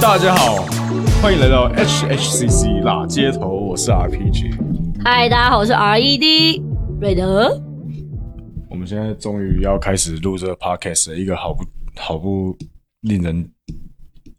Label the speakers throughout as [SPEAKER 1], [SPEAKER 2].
[SPEAKER 1] 大家好，欢迎来到 HHCC 辣街头，我是 RPG。
[SPEAKER 2] 嗨，大家好，我是 RED 瑞德。
[SPEAKER 1] 我们现在终于要开始录这个 podcast 了，一个好不好不令人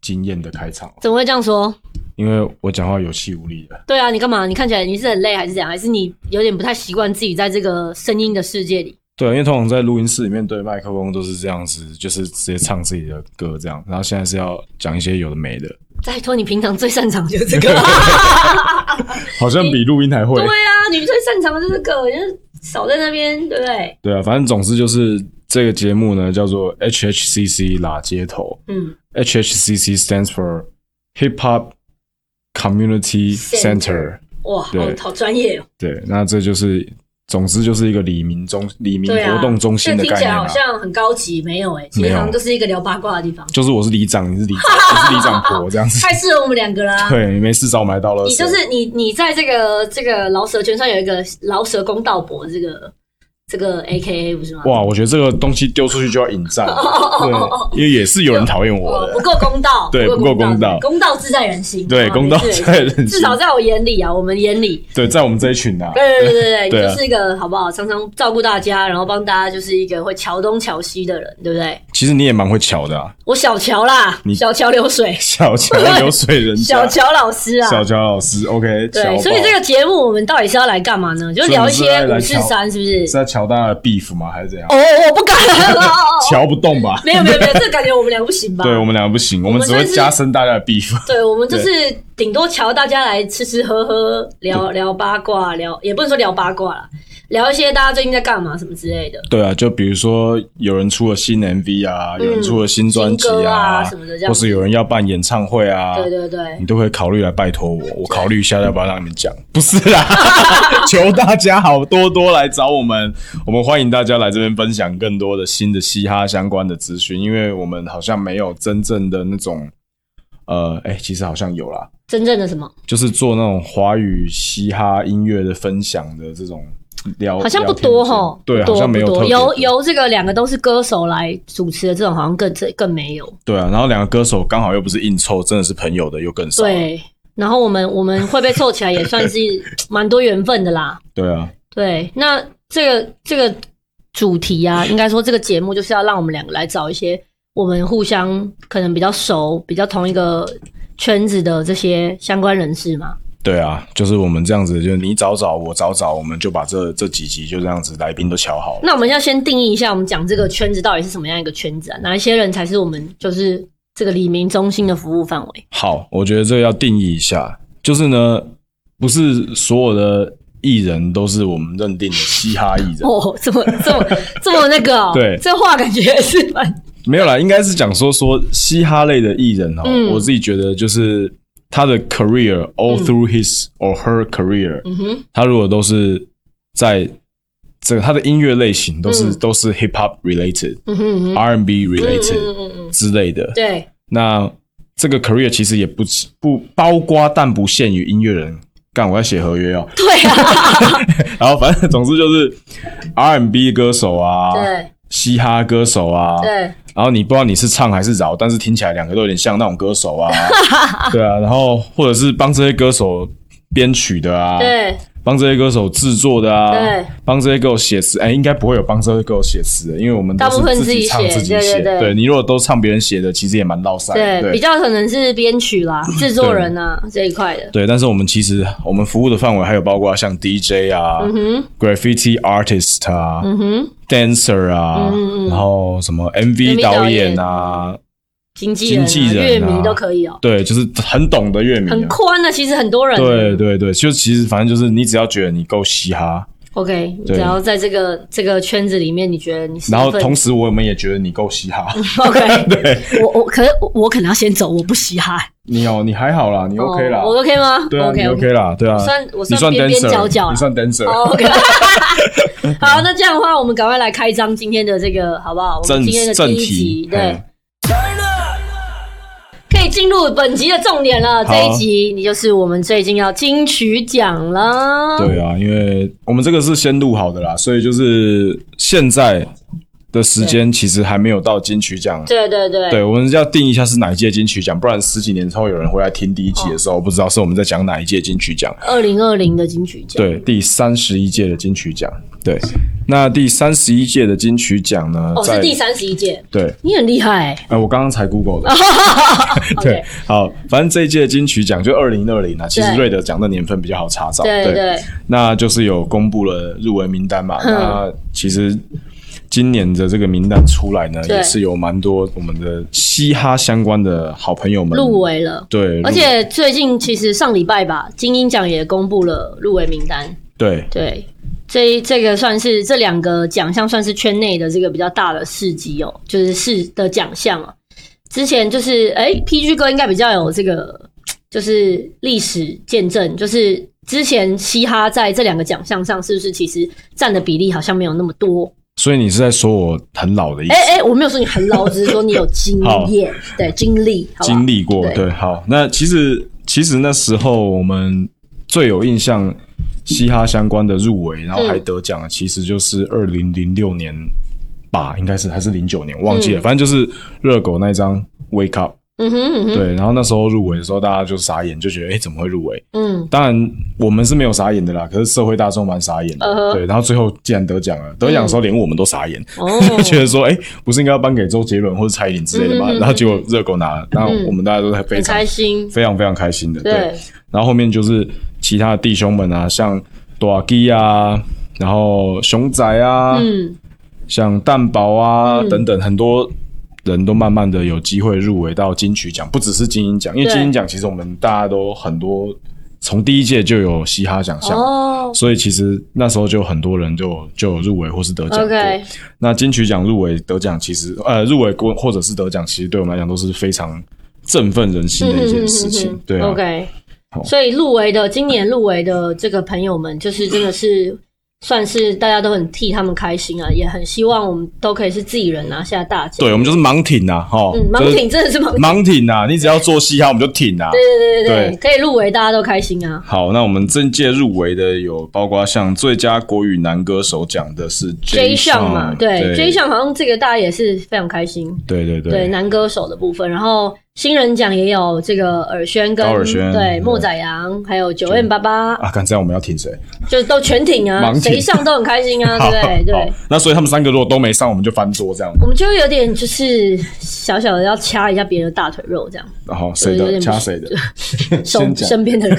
[SPEAKER 1] 惊艳的开场哦，
[SPEAKER 2] 怎么会这样说？
[SPEAKER 1] 因为我讲话有气无力的。
[SPEAKER 2] 对啊，你干嘛？你看起来你是很累还是怎样？还是你有点不太习惯自己在这个声音的世界里？
[SPEAKER 1] 对，因为通常在录音室里面对麦克风都是这样子，就是直接唱自己的歌这样，然后现在是要讲一些有的没的，
[SPEAKER 2] 拜托，你平常最擅长就是这个。
[SPEAKER 1] 好像比录音还会
[SPEAKER 2] 对。啊，你最擅长的就是这个，就是少在那边，对不对？
[SPEAKER 1] 对啊，反正总之就是这个节目呢叫做 HHCC 拉街头。
[SPEAKER 2] 嗯
[SPEAKER 1] HHCC stands for Hip Hop Community Center
[SPEAKER 2] Center。哇，
[SPEAKER 1] 对
[SPEAKER 2] 好好专业哦。
[SPEAKER 1] 对，那这就是，总之就是一个李明中李明
[SPEAKER 2] 对啊，
[SPEAKER 1] 活动中心的
[SPEAKER 2] 这
[SPEAKER 1] 概
[SPEAKER 2] 听起
[SPEAKER 1] 念
[SPEAKER 2] 来
[SPEAKER 1] 啊
[SPEAKER 2] 好。像很高级，没有哎、其
[SPEAKER 1] 没
[SPEAKER 2] 实
[SPEAKER 1] 有
[SPEAKER 2] 好像就是一个聊八卦的 地方，
[SPEAKER 1] 就是我是里长，你是里长，我是里长婆这样子。
[SPEAKER 2] 太适合我们两 个啦、
[SPEAKER 1] 对，你没事找我们来倒垃圾。
[SPEAKER 2] 你就是你，你在这个这个老蛇圈上有一个老蛇公道伯，这个这个 A K A 不是吗？
[SPEAKER 1] 哇，我觉得这个东西丢出去就要引战， 对，因为也是有人讨厌我
[SPEAKER 2] 哦，
[SPEAKER 1] 的
[SPEAKER 2] 不。够公 道，
[SPEAKER 1] 对
[SPEAKER 2] 不
[SPEAKER 1] 不够
[SPEAKER 2] 够
[SPEAKER 1] 公道
[SPEAKER 2] 公道自在人心，
[SPEAKER 1] 对
[SPEAKER 2] 好吧
[SPEAKER 1] 公道
[SPEAKER 2] 没事
[SPEAKER 1] 自在人心
[SPEAKER 2] 至少在我眼里啊，我们眼里，
[SPEAKER 1] 对，在我们这一群啊，
[SPEAKER 2] 对对对对
[SPEAKER 1] 对
[SPEAKER 2] 对，
[SPEAKER 1] 啊
[SPEAKER 2] 你就是一个好不好，常常照顾大家，然后帮大家，就是一个会桥东桥西的人，对不对？
[SPEAKER 1] 其实你也蛮会瞧的啊，
[SPEAKER 2] 我小乔啦，小乔流水，
[SPEAKER 1] 小乔流水人家
[SPEAKER 2] 小，乔老师啊，
[SPEAKER 1] 小乔老师，OK，
[SPEAKER 2] 对
[SPEAKER 1] 乔，
[SPEAKER 2] 所以
[SPEAKER 1] 宝
[SPEAKER 2] 这个节目我们到底是要来干嘛呢？就聊一些五四三，是不
[SPEAKER 1] 是
[SPEAKER 2] 是？
[SPEAKER 1] 在乔大的 beef 吗？还是怎样
[SPEAKER 2] 哦？，我不敢 了，
[SPEAKER 1] 瞧不动吧？
[SPEAKER 2] 没有没有没有，这感觉我们两个不行吧？
[SPEAKER 1] 对我们两个不行，我们
[SPEAKER 2] 们
[SPEAKER 1] 只会
[SPEAKER 2] 真是
[SPEAKER 1] 加深大家的 beef。
[SPEAKER 2] 对，我们就是顶多瞧大家来吃吃喝喝，聊聊八卦，聊也不能说聊八卦啦，聊一些大家最近在干嘛什么之类的。
[SPEAKER 1] 对啊，就比如说有人出了新 MV 啊，有人出了新专辑
[SPEAKER 2] 嗯新歌啊什么的这样
[SPEAKER 1] 或是有人要办演唱会啊，
[SPEAKER 2] 对对对
[SPEAKER 1] 你，都会考虑来拜托我，我考虑一下要不要让你们讲。 不是 啦，求大家好多多来找我们，我们欢迎大家来这边分享更多的新的嘻哈相关的资讯，因为我们好像没有真正的那种，呃，哎、其实好像有啦，
[SPEAKER 2] 真正的什么
[SPEAKER 1] 就是做那种华语嘻哈音乐的分享的这种哦聊，
[SPEAKER 2] 好像不多
[SPEAKER 1] 哈
[SPEAKER 2] 吼，，
[SPEAKER 1] 对，
[SPEAKER 2] 不
[SPEAKER 1] 好
[SPEAKER 2] 多
[SPEAKER 1] 像
[SPEAKER 2] 不
[SPEAKER 1] 没有特
[SPEAKER 2] 多，
[SPEAKER 1] 别
[SPEAKER 2] 由
[SPEAKER 1] 多
[SPEAKER 2] 由这个两个都是歌手来主持的这种，好像更这更没有。
[SPEAKER 1] 对啊，然后两个歌手刚好又不是硬凑，真的是朋友的又更少。
[SPEAKER 2] 对，然后我们我们会被凑起来也算是蛮多缘分的啦。
[SPEAKER 1] 对啊，
[SPEAKER 2] 对，那这个这个主题啊，应该说这个节目就是要让我们两个来找一些我们互相可能比较熟、比较同一个圈子的这些相关人士嘛。
[SPEAKER 1] 对啊，就是我们这样子，就是你找找我找找，我们就把这这几集就这样子来宾都瞧好了。
[SPEAKER 2] 那我们要先定义一下，我们讲这个圈子到底是什么样一个圈子啊？哪一些人才是我们就是这个李明中心的服务范围？
[SPEAKER 1] 好，我觉得这个要定义一下，就是呢，不是所有的艺人都是我们认定的嘻哈艺人，
[SPEAKER 2] 哦，这么这么这么那个、哦，
[SPEAKER 1] 对
[SPEAKER 2] 这话感觉是蛮
[SPEAKER 1] 没有啦，应该是讲说说嘻哈类的艺人哦，
[SPEAKER 2] 嗯
[SPEAKER 1] 我自己觉得就是他的 career all through his or her career，、
[SPEAKER 2] 嗯哼，
[SPEAKER 1] 他如果都是在这个他的音乐类型都是、
[SPEAKER 2] 嗯
[SPEAKER 1] 都是 hip hop related、
[SPEAKER 2] 嗯哼嗯哼
[SPEAKER 1] R&B
[SPEAKER 2] 嗯
[SPEAKER 1] related
[SPEAKER 2] 嗯嗯嗯，
[SPEAKER 1] 之类的，
[SPEAKER 2] 对，
[SPEAKER 1] 那这个 career 其实也不不包括但不限于音乐人。干，我要写合约 哦。
[SPEAKER 2] 对啊，
[SPEAKER 1] 然后反正总之就是 R&B 歌手啊，
[SPEAKER 2] 对
[SPEAKER 1] 嘻哈歌手啊，
[SPEAKER 2] 对，
[SPEAKER 1] 然后你不知道你是唱还是饶，但是听起来两个都有点像那种歌手 啊，对啊，然后或者是帮这些歌手编曲的啊，
[SPEAKER 2] 对
[SPEAKER 1] 帮这些歌手制作的啊，
[SPEAKER 2] 对，
[SPEAKER 1] 帮这些歌手写词，哎，应该不会有帮这些歌手写词的，因为我们都
[SPEAKER 2] 大部分
[SPEAKER 1] 是自
[SPEAKER 2] 自己
[SPEAKER 1] 唱
[SPEAKER 2] 写
[SPEAKER 1] 自己
[SPEAKER 2] 对对
[SPEAKER 1] 写，
[SPEAKER 2] 对
[SPEAKER 1] 你如果都唱别人写的，其实也蛮落塞的，
[SPEAKER 2] 对，比较可能是编曲啦、制作人啊这一块的。
[SPEAKER 1] 嗯对，但是我们其实我们服务的范围还有包括像 DJ 啊、graffiti artist 啊、
[SPEAKER 2] 嗯哼，
[SPEAKER 1] dancer 啊，然后什么 MV 导演啊，
[SPEAKER 2] 经纪人、啊、
[SPEAKER 1] 经纪人啊
[SPEAKER 2] 乐迷都可以哦、
[SPEAKER 1] 对，就是很懂的乐迷、
[SPEAKER 2] 很
[SPEAKER 1] 啊。
[SPEAKER 2] 宽的、其实很多人。
[SPEAKER 1] 对对对，就其实反正就是你只要觉得你够嘻哈，
[SPEAKER 2] ，OK，你
[SPEAKER 1] 对
[SPEAKER 2] 只要在这个这个圈子里面，你觉得你是
[SPEAKER 1] 然后
[SPEAKER 2] 一份
[SPEAKER 1] 同时我们也觉得你够嘻哈。
[SPEAKER 2] OK，
[SPEAKER 1] 对，
[SPEAKER 2] 我我可是我我可能要先走，我不稀罕。
[SPEAKER 1] 你哦，你还好啦，你 OK 啦，
[SPEAKER 2] 哦我 OK 吗？
[SPEAKER 1] 对啊
[SPEAKER 2] OK
[SPEAKER 1] 你 OK 啦，对啊，
[SPEAKER 2] 我算我
[SPEAKER 1] 你
[SPEAKER 2] 算
[SPEAKER 1] 算
[SPEAKER 2] 边边
[SPEAKER 1] dancer，
[SPEAKER 2] 角角啦哦
[SPEAKER 1] 你算 dancer，、
[SPEAKER 2] 好 OK，好，那这样的话，我们赶快来开张今天的这个好不好？我
[SPEAKER 1] 正
[SPEAKER 2] 们今天的
[SPEAKER 1] 正
[SPEAKER 2] 第一
[SPEAKER 1] 题
[SPEAKER 2] 集，，对
[SPEAKER 1] 嘿，
[SPEAKER 2] 可以进入本集的重点了。
[SPEAKER 1] 好
[SPEAKER 2] 这一集你就是我们最近要金曲奖了。
[SPEAKER 1] 啊对啊，因为我们这个是先录好的啦，所以就是现在的时间其实还没有到金曲奖。
[SPEAKER 2] 对对对，
[SPEAKER 1] 对，我们要定一下是哪一届金曲奖，不然十几年之后有人回来听第一集的时候，不知道是我们在讲哪一届金曲奖。
[SPEAKER 2] 二零二零的金曲奖，
[SPEAKER 1] 对，第三十一届的金曲奖。对，那第三十一届的金曲奖呢？
[SPEAKER 2] 哦，
[SPEAKER 1] 在
[SPEAKER 2] 是第三十一届，
[SPEAKER 1] 对，
[SPEAKER 2] 你很厉害、欸。
[SPEAKER 1] 呃，我刚刚才 Google
[SPEAKER 2] 哦
[SPEAKER 1] 的。 对
[SPEAKER 2] OK，
[SPEAKER 1] 好，反正这一届金曲奖就二零二零啊，其实
[SPEAKER 2] 对
[SPEAKER 1] 瑞德奖的年份比较好查找。
[SPEAKER 2] 对对
[SPEAKER 1] 那就是有公布了入围名单嘛。
[SPEAKER 2] 嗯
[SPEAKER 1] 那其实今年的这个名单出来呢，
[SPEAKER 2] 对
[SPEAKER 1] 也是有蛮多我们的嘻哈相关的好朋友们
[SPEAKER 2] 入。围了。
[SPEAKER 1] 对，
[SPEAKER 2] 而
[SPEAKER 1] 入
[SPEAKER 2] 且最近其实上礼拜吧，金鹰奖也公布了入围名单。
[SPEAKER 1] 对
[SPEAKER 2] 对，这一这个算是这两个奖项算是圈内的这个比较大的事迹哦，就是是的奖项哦。之前就是哎，PG 哥应该比较有这个，就是历史见证，就是之前嘻哈在这两个奖项上是不是其实占的比例好像没有那么多？
[SPEAKER 1] 所以你是在说我很老的意思
[SPEAKER 2] 哎？哎，我没有说你很老，我只是说你有经
[SPEAKER 1] 好
[SPEAKER 2] 验，对经历，好吧
[SPEAKER 1] 经历过，
[SPEAKER 2] 对
[SPEAKER 1] 对，好，那其实其实那时候我们最有印象嘻哈相关的入围，然后还得奖，的，其实就是二零零六年吧，应该是还是零九年，忘记了，反正就是热狗那一张 Wake Up，
[SPEAKER 2] 嗯哼嗯哼，
[SPEAKER 1] 对，然后那时候入围的时候，大家就傻眼，就觉得哎、诶怎么会入围？
[SPEAKER 2] 嗯
[SPEAKER 1] 当然我们是没有傻眼的啦，可是社会大众蛮傻眼的，
[SPEAKER 2] 嗯哼
[SPEAKER 1] 对，然后最后既然得奖了，得奖的时候连我们都傻眼，，
[SPEAKER 2] 哦
[SPEAKER 1] 觉得说，哎、不是应该要颁给周杰伦或者蔡依林之类的吗？
[SPEAKER 2] 嗯嗯嗯
[SPEAKER 1] 然后结果热狗拿了，然后我们大家都还非
[SPEAKER 2] 很
[SPEAKER 1] 常、
[SPEAKER 2] 开心，
[SPEAKER 1] 非常非常开心的。对，
[SPEAKER 2] 对，
[SPEAKER 1] 然后后面就是其他的弟兄们啊，像朵基啊，然后熊仔啊，
[SPEAKER 2] 嗯，
[SPEAKER 1] 像蛋堡啊、
[SPEAKER 2] 嗯
[SPEAKER 1] 等等，很多人都慢慢的有机会入围到金曲奖，不只是金鹰奖，因为
[SPEAKER 2] 对
[SPEAKER 1] 金鹰奖其实我们大家都很多从第一届就有嘻哈奖项。
[SPEAKER 2] 哦
[SPEAKER 1] 所以其实那时候就很多人就就有入围或是得奖过。
[SPEAKER 2] ，OK，
[SPEAKER 1] 那金曲奖入围得奖，其实呃入围过或者是得奖，其实对我们来讲都是非常振奋人心的一件事情。
[SPEAKER 2] 嗯嗯嗯嗯嗯
[SPEAKER 1] 对啊
[SPEAKER 2] OK，
[SPEAKER 1] 好
[SPEAKER 2] 所以入围的今年入围的这个朋友们，就是真的是算是大家都很替他们开心啊，也很希望我们都可以是自己人拿下大奖。
[SPEAKER 1] 对，我们就是盲挺呐、啊，哈、
[SPEAKER 2] 嗯，盲挺真的是盲挺，
[SPEAKER 1] 盲挺呐、啊，你只要做嘻哈，我们就挺呐、啊。
[SPEAKER 2] 对对对
[SPEAKER 1] 对
[SPEAKER 2] 对，可以入围，大家都开心啊。
[SPEAKER 1] 好，那我们这届入围的有包括像最佳国语男歌手奖的是
[SPEAKER 2] J 项
[SPEAKER 1] 项
[SPEAKER 2] 嘛，对 J
[SPEAKER 1] 对
[SPEAKER 2] 项好像这个大家也是非常开心，
[SPEAKER 1] 对对对
[SPEAKER 2] 对男歌手的部分，然后新人奖也有这个尔轩跟
[SPEAKER 1] 高尔宣
[SPEAKER 2] 对
[SPEAKER 1] 对
[SPEAKER 2] 莫仔阳，还有九 M 八八，
[SPEAKER 1] 啊，看这样我们要挺谁？
[SPEAKER 2] 就是都全挺啊，
[SPEAKER 1] 盲挺
[SPEAKER 2] 谁上都很开心啊，
[SPEAKER 1] 好，
[SPEAKER 2] 对不对？
[SPEAKER 1] 好
[SPEAKER 2] 对。，
[SPEAKER 1] 那所以他们三个如果都没上，我们就翻桌这样。
[SPEAKER 2] 我们就有点就是小小的要掐一下别人的大腿肉，这样
[SPEAKER 1] 然后谁
[SPEAKER 2] 有
[SPEAKER 1] 的
[SPEAKER 2] 点不
[SPEAKER 1] 掐谁的？
[SPEAKER 2] 手
[SPEAKER 1] 先讲
[SPEAKER 2] 身 边的人。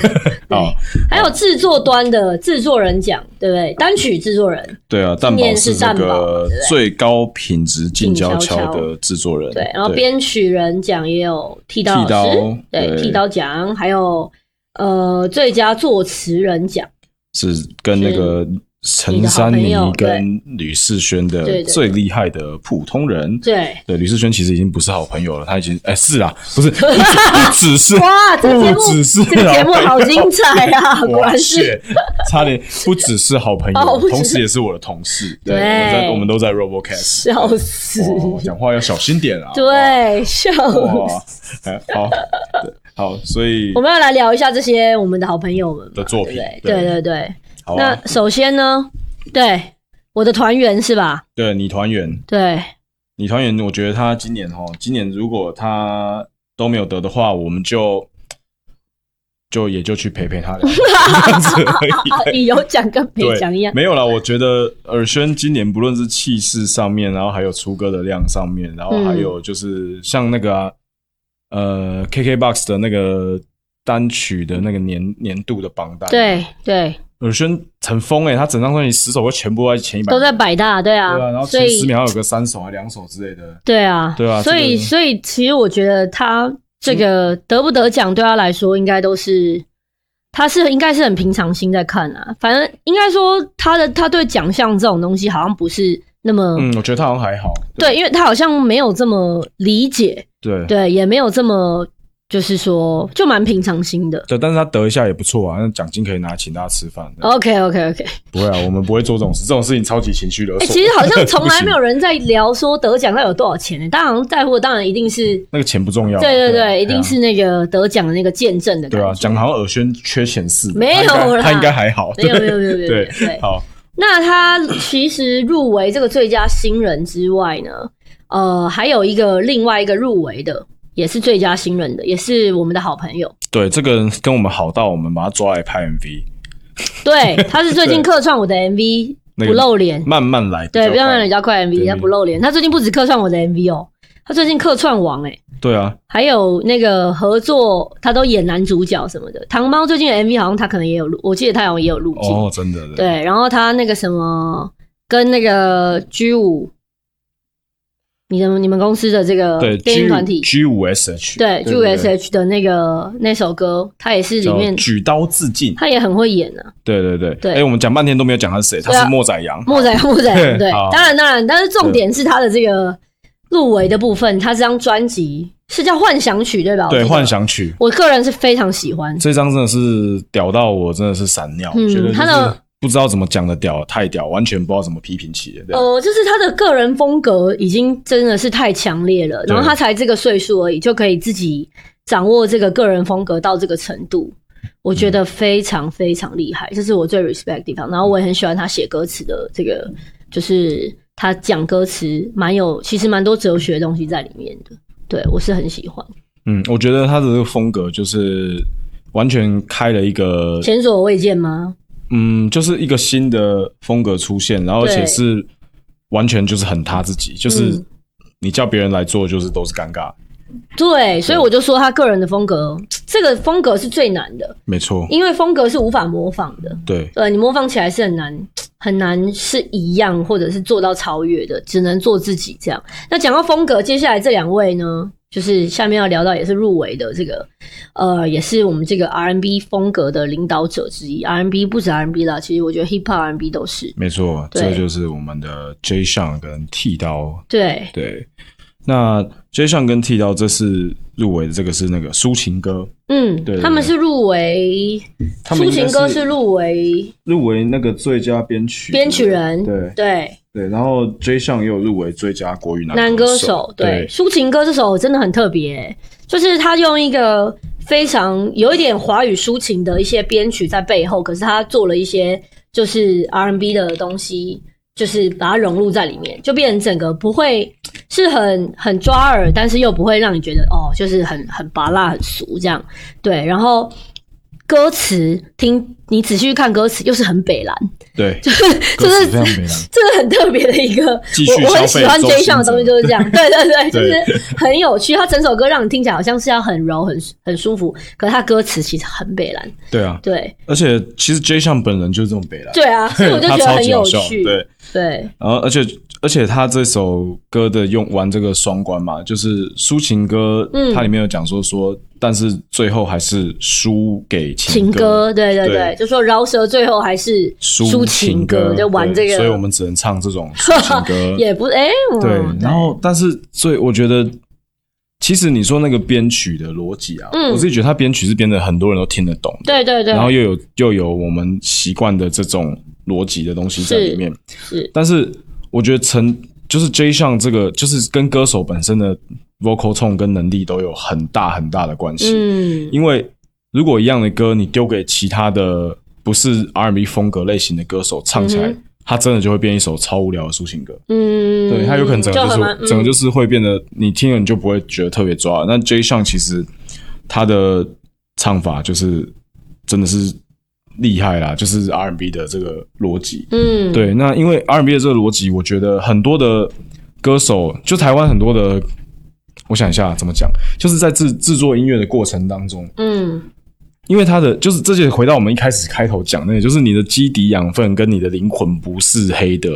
[SPEAKER 1] 好
[SPEAKER 2] 对，还有制作端的制作人奖，对不对？单曲制作人，
[SPEAKER 1] 对啊，蛋堡
[SPEAKER 2] 年
[SPEAKER 1] 是
[SPEAKER 2] 是
[SPEAKER 1] 这
[SPEAKER 2] 蛋堡
[SPEAKER 1] 个最高品质静悄悄的制作人，
[SPEAKER 2] 对，然后编曲人奖也有剃刀
[SPEAKER 1] 剃
[SPEAKER 2] 老
[SPEAKER 1] 刀
[SPEAKER 2] 师，，对，剃刀奖，还有呃最佳作词人奖，
[SPEAKER 1] 是跟那个陈珊妮
[SPEAKER 2] 你的好朋友
[SPEAKER 1] 跟吕世轩
[SPEAKER 2] 对
[SPEAKER 1] 的
[SPEAKER 2] 对对
[SPEAKER 1] 最厉害的普通人。
[SPEAKER 2] 对，
[SPEAKER 1] 对，吕世轩其实已经不是好朋友了，他已经哎是啊，不是不不只是
[SPEAKER 2] 哇，这个节
[SPEAKER 1] 不只是
[SPEAKER 2] 目这个节目
[SPEAKER 1] 老
[SPEAKER 2] 好
[SPEAKER 1] 朋友
[SPEAKER 2] 精彩啊，果
[SPEAKER 1] 哇
[SPEAKER 2] 然是
[SPEAKER 1] 塞，差点不只是好朋友，
[SPEAKER 2] 哦不只是
[SPEAKER 1] 同时也是我的同事。对，
[SPEAKER 2] 对
[SPEAKER 1] 我在我们都在 RoboCast，
[SPEAKER 2] 笑死，
[SPEAKER 1] 哇讲话要小心点啊。
[SPEAKER 2] 对，笑
[SPEAKER 1] 哇，
[SPEAKER 2] 死。
[SPEAKER 1] 哇，哎好，对好，所以
[SPEAKER 2] 我们要来聊一下这些我们的好朋友们嘛
[SPEAKER 1] 的作品
[SPEAKER 2] 对不
[SPEAKER 1] 对
[SPEAKER 2] 对对对对。
[SPEAKER 1] 好啊
[SPEAKER 2] 那首先呢，对我的团员是吧？
[SPEAKER 1] 对女团员，
[SPEAKER 2] 对，
[SPEAKER 1] 女团员，我觉得她今年哈，今年如果她都没有得的话，我们就就也就去陪陪她了，这样子而已。
[SPEAKER 2] 啊，你有讲跟没
[SPEAKER 1] 对，
[SPEAKER 2] 讲一样。
[SPEAKER 1] 没有啦。我觉得尔轩今年不论是气势上面，然后还有出歌的量上面，然后
[SPEAKER 2] 嗯
[SPEAKER 1] 还有就是像那个啊、呃 KKBOX 的那个单曲的那个年年度的榜单，，
[SPEAKER 2] 对对，
[SPEAKER 1] 尔轩很疯欸诶、他整张专辑十首歌全部都在前一百，
[SPEAKER 2] 都在百大，对
[SPEAKER 1] 对
[SPEAKER 2] 啊
[SPEAKER 1] 啊，然，后
[SPEAKER 2] 所
[SPEAKER 1] 前十
[SPEAKER 2] 以
[SPEAKER 1] 秒有个三首还两首之类的，
[SPEAKER 2] 对啊，
[SPEAKER 1] 对啊
[SPEAKER 2] 所以
[SPEAKER 1] 这个嗯
[SPEAKER 2] 所以其实我觉得他这个得不得奖，对他来说应该都是。他是应该是很平常心在看啊，反正应该说他的他对奖项这种东西好像不是那么、
[SPEAKER 1] 嗯，我觉得他好像还好，
[SPEAKER 2] 对，因为他好像没有这么理解，
[SPEAKER 1] 对
[SPEAKER 2] 对，也没有这么就是说就蛮平常心的。
[SPEAKER 1] 对，但是他得一下也不错啊，那奖金可以拿来请大家吃饭的。
[SPEAKER 2] OK OK OK，
[SPEAKER 1] 不会啊，我们不会做这种事，这种事情超级情绪勒
[SPEAKER 2] 哎、
[SPEAKER 1] 索。
[SPEAKER 2] 其实好像从来没有人在聊说得奖到底有多少钱呢、 大家好像在乎的当然一定是，
[SPEAKER 1] 那个钱不重要啊，
[SPEAKER 2] 对对
[SPEAKER 1] 啊
[SPEAKER 2] 对，一定是那个得奖的那个见证的
[SPEAKER 1] 对
[SPEAKER 2] 感
[SPEAKER 1] 啊，
[SPEAKER 2] 觉。
[SPEAKER 1] 讲得好像尔轩缺钱似的，
[SPEAKER 2] 没有
[SPEAKER 1] 他应该
[SPEAKER 2] 啦
[SPEAKER 1] 他应该还好，
[SPEAKER 2] 没有没有没有没有没有
[SPEAKER 1] 对
[SPEAKER 2] 对
[SPEAKER 1] 好。
[SPEAKER 2] 那他其实入围这个最佳新人之外呢，呃，还有一个另外一个入围的，也是最佳新人的，也是我们的好朋友。
[SPEAKER 1] 对，这个人跟我们好到我们把他抓来拍 MV，
[SPEAKER 2] 对，他是最近客串我的 MV
[SPEAKER 1] 那
[SPEAKER 2] 不
[SPEAKER 1] 个
[SPEAKER 2] 露脸，
[SPEAKER 1] 慢慢来，
[SPEAKER 2] 对，不要让人
[SPEAKER 1] 家，
[SPEAKER 2] 家快 MV，
[SPEAKER 1] 对
[SPEAKER 2] 他不露脸。他最近不止客串我的 MV 哦，他最近客串王哎、
[SPEAKER 1] 对啊，
[SPEAKER 2] 还有那个合作，他都演男主角什么的。糖猫最近的 MV 好像他可能也有录，我记得他好像也有录进。
[SPEAKER 1] 哦，真的，真的，
[SPEAKER 2] 对，然后他那个什么，跟那个 G 五，你的你们公司的这个
[SPEAKER 1] 对
[SPEAKER 2] 哦电影团体，
[SPEAKER 1] G 五 S H，
[SPEAKER 2] 对 G 五 S H 的那个那首歌，他也是里面
[SPEAKER 1] 举刀自尽，
[SPEAKER 2] 他也很会演啊，
[SPEAKER 1] 对对对，
[SPEAKER 2] 对
[SPEAKER 1] 哎，我们讲半天都没有讲他是谁，他
[SPEAKER 2] 对啊
[SPEAKER 1] 是莫宰阳，
[SPEAKER 2] 莫仔 莫仔
[SPEAKER 1] 对
[SPEAKER 2] 对
[SPEAKER 1] 好，
[SPEAKER 2] 当然当然，但是重点是他的这个入围的部分，他这张专辑是叫《幻想曲》对吧？我
[SPEAKER 1] 对，
[SPEAKER 2] 记得
[SPEAKER 1] 幻，想曲
[SPEAKER 2] 我个人是非常喜欢，
[SPEAKER 1] 这张真的是屌到我，真的是闪尿，
[SPEAKER 2] 嗯
[SPEAKER 1] 觉得就是
[SPEAKER 2] 他的
[SPEAKER 1] 不知道怎么讲的屌，太屌，完全不知道怎么批评起的，对
[SPEAKER 2] 呃，就是他的个人风格已经真的是太强烈了，
[SPEAKER 1] 对
[SPEAKER 2] 然后他才这个岁数而已，就可以自己掌握这个个人风格到这个程度，我觉得非常非常
[SPEAKER 1] 嗯
[SPEAKER 2] 厉害，这是我最 respect 的地方。然后我也很喜欢他写歌词的这个，就是他讲歌词蛮有，其实蛮多哲学的东西在里面的。对我是很喜欢，
[SPEAKER 1] 嗯，我觉得他的这个风格就是完全开了一个，
[SPEAKER 2] 前所未见吗？
[SPEAKER 1] 嗯，就是一个新的风格出现，然后而且
[SPEAKER 2] 对
[SPEAKER 1] 是完全就是很他自己，就是
[SPEAKER 2] 嗯
[SPEAKER 1] 你叫别人来做，就是都是尴尬，嗯
[SPEAKER 2] 对，所以我就说他个人的风格，这个风格是最难的，
[SPEAKER 1] 没错，
[SPEAKER 2] 因为风格是无法模仿的。
[SPEAKER 1] 对，
[SPEAKER 2] 对你模仿起来是很难很难是一样，或者是做到超越的，只能做自己这样。那讲到风格，接下来这两位呢，就是下面要聊到也是入围的这个，呃，也是我们这个 R&B 风格的领导者之一。R&B 不止 R&B 啦，其实我觉得 Hip Hop R&B 都是
[SPEAKER 1] 没错，
[SPEAKER 2] 对
[SPEAKER 1] 这就是我们的 J 上跟剃刀，
[SPEAKER 2] 对
[SPEAKER 1] 对，那 J 上跟剃刀这次入围的这个是那个抒情歌，
[SPEAKER 2] 嗯，
[SPEAKER 1] 对对
[SPEAKER 2] 他们是入围，
[SPEAKER 1] 他们
[SPEAKER 2] 抒
[SPEAKER 1] 应该
[SPEAKER 2] 情歌是入围
[SPEAKER 1] 入围那个最佳编曲
[SPEAKER 2] 编曲人，
[SPEAKER 1] 对
[SPEAKER 2] 对，
[SPEAKER 1] 对，然后 J 上也有入围最佳国语男
[SPEAKER 2] 男歌
[SPEAKER 1] 歌
[SPEAKER 2] 手，对，
[SPEAKER 1] 对
[SPEAKER 2] 抒情歌这首真的很特别、就是他用一个非常有一点华语抒情的一些编曲在背后，可是他做了一些就是 R&B 的东西，就是把它融入在里面，就变成整个不会是很很抓耳，但是又不会让你觉得哦，就是很很拔辣、很俗这样。对，然后歌词听你仔细去看歌词，又是很北蓝，
[SPEAKER 1] 对，
[SPEAKER 2] 就
[SPEAKER 1] 歌
[SPEAKER 2] 是
[SPEAKER 1] 词非常美啊男。
[SPEAKER 2] 这是很特别的一个，
[SPEAKER 1] 继续
[SPEAKER 2] 我我很
[SPEAKER 1] 消
[SPEAKER 2] 喜
[SPEAKER 1] 费
[SPEAKER 2] 欢
[SPEAKER 1] 周
[SPEAKER 2] J
[SPEAKER 1] 星
[SPEAKER 2] 上的东西
[SPEAKER 1] 驰
[SPEAKER 2] 就是这 样，对对对，就
[SPEAKER 1] 对
[SPEAKER 2] 是很有趣。他整首歌让你听起来好像是要很柔、很很舒服，可是他歌词其实很北蓝，
[SPEAKER 1] 对啊，
[SPEAKER 2] 对
[SPEAKER 1] 而且其实 J 上本人就是这种北兰，
[SPEAKER 2] 对 啊，所以我就
[SPEAKER 1] 他
[SPEAKER 2] 觉得
[SPEAKER 1] 超
[SPEAKER 2] 很
[SPEAKER 1] 级
[SPEAKER 2] 有
[SPEAKER 1] 好笑，
[SPEAKER 2] 趣，
[SPEAKER 1] 对。
[SPEAKER 2] 对
[SPEAKER 1] 然后而且而且他这首歌的用玩这个双关嘛，就是抒情歌，
[SPEAKER 2] 嗯
[SPEAKER 1] 它里面有讲说说，但是最后还是输给
[SPEAKER 2] 情歌，对对对
[SPEAKER 1] 对，
[SPEAKER 2] 就说饶舌最后还是抒
[SPEAKER 1] 抒
[SPEAKER 2] 情
[SPEAKER 1] 歌
[SPEAKER 2] 歌，就玩这
[SPEAKER 1] 对
[SPEAKER 2] 个，
[SPEAKER 1] 所以我们只能唱这种抒情歌，
[SPEAKER 2] 也不哎，嗯
[SPEAKER 1] 对，然后但是所以我觉得，其实你说那个编曲的逻辑啊，
[SPEAKER 2] 嗯
[SPEAKER 1] 我自己觉得他编曲是编的很多人都听得懂的，
[SPEAKER 2] 对对对，
[SPEAKER 1] 然后又有又有我们习惯的这种逻辑的东西在里面，
[SPEAKER 2] 是
[SPEAKER 1] 但是我觉得陈就是 J 项这个就是跟歌手本身的 vocal tone 跟能力都有很大很大的关系，
[SPEAKER 2] 嗯
[SPEAKER 1] 因为如果一样的歌你丢给其他的不是 R&B 风格类型的歌手唱起来，
[SPEAKER 2] 嗯
[SPEAKER 1] 他真的就会变一首超无聊的抒情歌。
[SPEAKER 2] 嗯，
[SPEAKER 1] 对，它有可能整个就是、
[SPEAKER 2] 很蛮
[SPEAKER 1] 整个
[SPEAKER 2] 嗯
[SPEAKER 1] 就是会变得，你听了你就不会觉得特别抓。那 J 项其实他的唱法就是真的是厉害啦，就是 R&B 的这个逻辑。
[SPEAKER 2] 嗯
[SPEAKER 1] 对，那因为 R&B 的这个逻辑，我觉得很多的歌手，就台湾很多的，我想一下怎么讲，就是在制制作音乐的过程当中，
[SPEAKER 2] 嗯
[SPEAKER 1] 因为他的就是这些，回到我们一开始开头讲那个，就是你的基底养分跟你的灵魂不是黑的，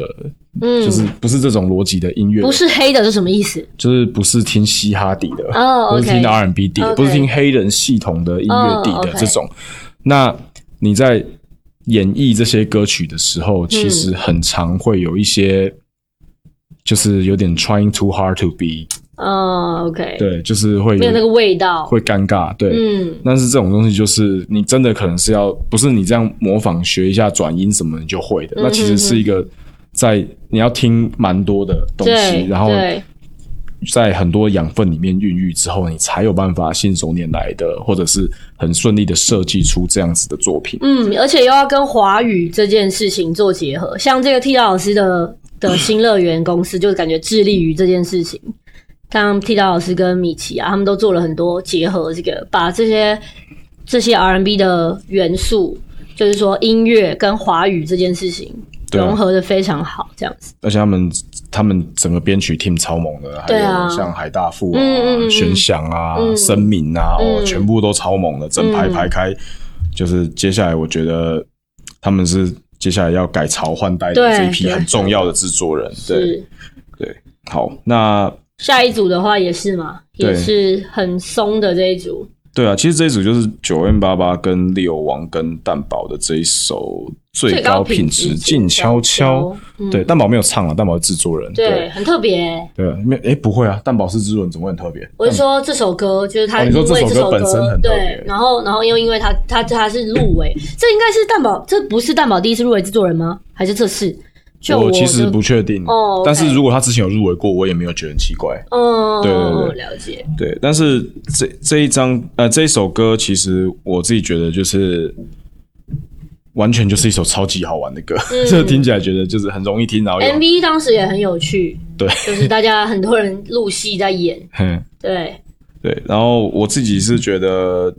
[SPEAKER 2] 嗯，
[SPEAKER 1] 就是不是这种逻辑的音乐，
[SPEAKER 2] 不是黑的是什么意思？
[SPEAKER 1] 就是不是听嘻哈底的，
[SPEAKER 2] 哦
[SPEAKER 1] 不是
[SPEAKER 2] OK
[SPEAKER 1] 听 R&B 底的
[SPEAKER 2] OK
[SPEAKER 1] 不是听黑人系统的音乐底
[SPEAKER 2] 哦
[SPEAKER 1] 的
[SPEAKER 2] ，OK
[SPEAKER 1] 这种。那你在演绎这些歌曲的时候，其实很常会有一些，就是有点 trying too hard to be，
[SPEAKER 2] 哦，OK，
[SPEAKER 1] 对，就是会
[SPEAKER 2] 没有那个味道。
[SPEAKER 1] 会尴尬，对。
[SPEAKER 2] 嗯，
[SPEAKER 1] 但是这种东西就是你真的可能是要不是你这样模仿学一下转音什么你就会的，那其实是一个在你要听蛮多的东西，
[SPEAKER 2] 对，
[SPEAKER 1] 然后
[SPEAKER 2] 对
[SPEAKER 1] 在很多养分里面孕育之后，你才有办法信手拈来的，或者是很顺利的设计出这样子的作品。
[SPEAKER 2] 嗯，而且又要跟华语这件事情做结合，像这个替代老师的 的新乐园公司，就是感觉致力于这件事情。像替代老师跟米奇啊，他们都做了很多结合，这个把这些这些 R&B 的元素，就是说音乐跟华语这件事情
[SPEAKER 1] 对啊
[SPEAKER 2] 融合的非常好，这样子。
[SPEAKER 1] 而且他们他们整个编曲 team 超猛的，还
[SPEAKER 2] 对啊
[SPEAKER 1] 有像海大富啊、
[SPEAKER 2] 嗯嗯嗯
[SPEAKER 1] 玄响啊、
[SPEAKER 2] 嗯
[SPEAKER 1] 声明啊，哦，
[SPEAKER 2] 嗯
[SPEAKER 1] 全部都超猛的，整排排开。就是接下来，我觉得他们是接下来要改朝换代的
[SPEAKER 2] 对
[SPEAKER 1] 这一批
[SPEAKER 2] 对
[SPEAKER 1] 很重要的制作人。对
[SPEAKER 2] 是
[SPEAKER 1] 对，好，那
[SPEAKER 2] 下一组的话也是嘛，
[SPEAKER 1] 对
[SPEAKER 2] 也是很松的这一组。
[SPEAKER 1] 对啊，其实这一组就是九 N 八八跟利友王跟蛋宝的这一首最
[SPEAKER 2] 高
[SPEAKER 1] 高品质静悄悄。，
[SPEAKER 2] 嗯
[SPEAKER 1] 对，蛋宝没有唱啊，蛋宝是制作人。
[SPEAKER 2] 对，很特别欸、
[SPEAKER 1] 对，没诶不会啊，蛋宝是制作人，怎么会很特别？
[SPEAKER 2] 我是说这首歌，就是他
[SPEAKER 1] 哦你
[SPEAKER 2] 因
[SPEAKER 1] 说
[SPEAKER 2] 为
[SPEAKER 1] 这首歌
[SPEAKER 2] 首
[SPEAKER 1] 本身很特别
[SPEAKER 2] 对，然后然后又因为他他他是入围，这应该是蛋宝，这不是蛋宝第一次入围制作人吗？还是这次？就
[SPEAKER 1] 我其
[SPEAKER 2] 就
[SPEAKER 1] 实不确定，
[SPEAKER 2] 哦，OK
[SPEAKER 1] 但是如果他之前有入围过，我也没有觉得很奇怪。
[SPEAKER 2] 嗯，
[SPEAKER 1] 对对对
[SPEAKER 2] 了解，
[SPEAKER 1] 对，但是这这一张呃这一首歌，其实我自己觉得就是完全就是一首超级好玩的歌，
[SPEAKER 2] 嗯
[SPEAKER 1] 这、听起来觉得就是很容易听，然后又
[SPEAKER 2] MV 当时也很有趣，
[SPEAKER 1] 对
[SPEAKER 2] 就是大家很多人入戏在演，
[SPEAKER 1] 哼
[SPEAKER 2] 对，
[SPEAKER 1] 对，然后我自己是觉得。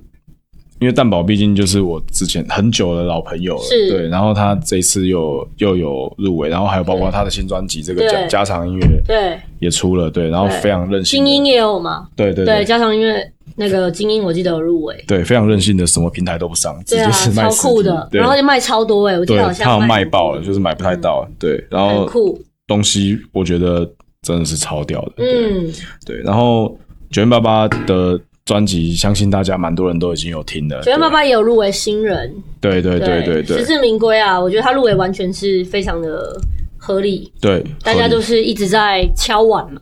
[SPEAKER 1] 因为蛋宝毕竟就是我之前很久的老朋友了，
[SPEAKER 2] 是
[SPEAKER 1] 对，然后他这一次又又有入围，然后还有包括他的新专辑这个
[SPEAKER 2] 对
[SPEAKER 1] 家家常音乐
[SPEAKER 2] 对，
[SPEAKER 1] 也出了，对，然后
[SPEAKER 2] 对
[SPEAKER 1] 非常任性
[SPEAKER 2] 精
[SPEAKER 1] 的，
[SPEAKER 2] 英也有嘛，
[SPEAKER 1] 对对
[SPEAKER 2] 对，加上因为那个精英，我记得有入围，
[SPEAKER 1] 对，非常任性的，什么平台都不上，直
[SPEAKER 2] 对
[SPEAKER 1] 接
[SPEAKER 2] 啊，
[SPEAKER 1] 是卖
[SPEAKER 2] 超
[SPEAKER 1] 实体
[SPEAKER 2] 酷的，
[SPEAKER 1] 对
[SPEAKER 2] 然后就卖超多哎，我记
[SPEAKER 1] 对
[SPEAKER 2] 得好，
[SPEAKER 1] 他有
[SPEAKER 2] 像嗯
[SPEAKER 1] 卖爆了，就是买不太到，对，然
[SPEAKER 2] 很
[SPEAKER 1] 后
[SPEAKER 2] 酷，
[SPEAKER 1] 东西我觉得真的是超屌的，对
[SPEAKER 2] 嗯，
[SPEAKER 1] 对，然后九零八八的专辑，相信大家蛮多人都已经有听了，
[SPEAKER 2] 九月爸爸也有入围新人，
[SPEAKER 1] 对，对对对对
[SPEAKER 2] 实
[SPEAKER 1] 对
[SPEAKER 2] 至名归啊！我觉得他入围完全是非常的合理，
[SPEAKER 1] 对，
[SPEAKER 2] 大家
[SPEAKER 1] 合理
[SPEAKER 2] 都是一直在敲碗嘛。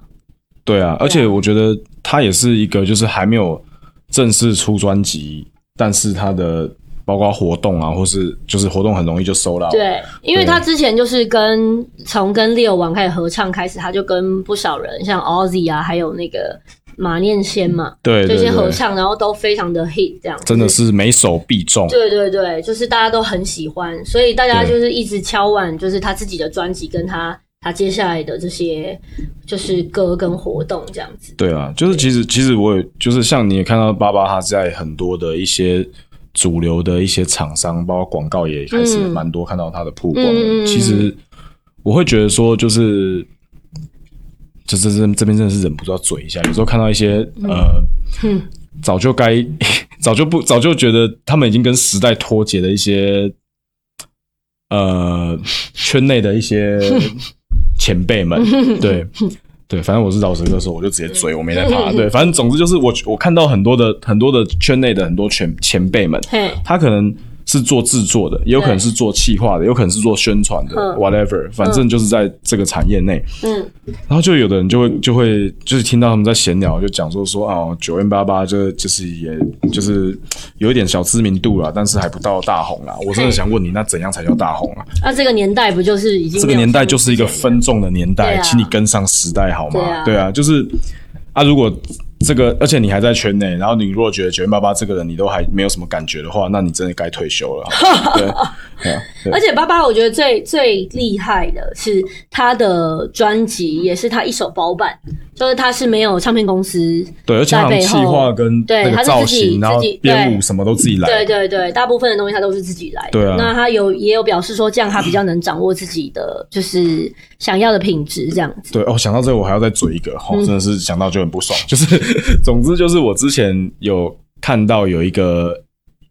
[SPEAKER 1] 对啊，而且我觉得他也是一个就是还没有正式出专辑，但是他的包括活动啊，或是就是活动很容易就收到，
[SPEAKER 2] 对，啊因为他之前就是跟从跟 Leo 王开始合唱开始，他就跟不少人像 Ozzy 啊，还有那个马念先嘛，
[SPEAKER 1] 嗯对
[SPEAKER 2] 这
[SPEAKER 1] 对
[SPEAKER 2] 些合
[SPEAKER 1] 对，
[SPEAKER 2] 唱，然后都非常的 hit，这样
[SPEAKER 1] 真的。是每首必中，
[SPEAKER 2] 对对对，就是大家都很喜欢，所以大家
[SPEAKER 1] 对
[SPEAKER 2] 就是一直敲碗，就是他自己的专辑跟他他接下来的这些就是歌跟活动这样子。
[SPEAKER 1] 对啊，就是其实其实我也就是像你也看到爸爸他在很多的一些主流的一些厂商，包括广告也开始
[SPEAKER 2] 嗯
[SPEAKER 1] 蛮多看到他的曝光的。
[SPEAKER 2] 嗯嗯嗯
[SPEAKER 1] 其实我会觉得说，就是这这这这边真的是忍不住要嘴一下，有时候看到一些呃，
[SPEAKER 2] 嗯
[SPEAKER 1] 早就该 早就不早就觉得他们已经跟时代脱节的一些呃圈内的一 些前辈们，对。对，反正我是饶舌歌手，我就直接
[SPEAKER 2] 嗯
[SPEAKER 1] 追，我没在怕。对，反正总之就是我我看到很多的很多的圈内的很多前前辈们，
[SPEAKER 2] 嘿，
[SPEAKER 1] 他可能是做制作的，也有可能是做企划的，也有可能是做宣传的
[SPEAKER 2] 嗯
[SPEAKER 1] ，whatever，反正就是在这个产业内。
[SPEAKER 2] 嗯，
[SPEAKER 1] 然后就有的人就会就会就是听到他们在闲聊，就讲说说哦，九 N 八八就就是也就是有一点小知名度啦，但是还不到大红啦。我真的想问你，那怎样才叫大红啊？
[SPEAKER 2] 那这个年代不就是已经
[SPEAKER 1] 这个
[SPEAKER 2] 没有
[SPEAKER 1] 年代就
[SPEAKER 2] 出
[SPEAKER 1] 是一个分众的年代，
[SPEAKER 2] 对啊
[SPEAKER 1] 请你跟上时代好吗？
[SPEAKER 2] 对啊
[SPEAKER 1] 就是啊，如果这个，而且你还在圈内，然后你如果觉得九零八八这个人你都还没有什么感觉的话，那你真的该退休了。 好吗对，对啊对
[SPEAKER 2] 而且爸爸，我觉得最最厉害的是他的专辑，也是他一手包办，就是他是没有唱片公司，
[SPEAKER 1] 对，而且
[SPEAKER 2] 在
[SPEAKER 1] 他们
[SPEAKER 2] 背
[SPEAKER 1] 企
[SPEAKER 2] 后
[SPEAKER 1] 划跟
[SPEAKER 2] 对
[SPEAKER 1] 那个
[SPEAKER 2] 他是
[SPEAKER 1] 造
[SPEAKER 2] 自己
[SPEAKER 1] 型，然后
[SPEAKER 2] 自己
[SPEAKER 1] 编舞
[SPEAKER 2] 对
[SPEAKER 1] 什么都自己来，
[SPEAKER 2] 对对对，大部分的东西他都是自己来的。
[SPEAKER 1] 对啊
[SPEAKER 2] 那他有也有表示说，这样他比较能掌握自己的就是想要的品质，这 样子。
[SPEAKER 1] 对哦，想到这个我还要再嘴一个，哦，
[SPEAKER 2] 嗯
[SPEAKER 1] 真的是想到就很不 爽。就是总之就是我之前有看到有一个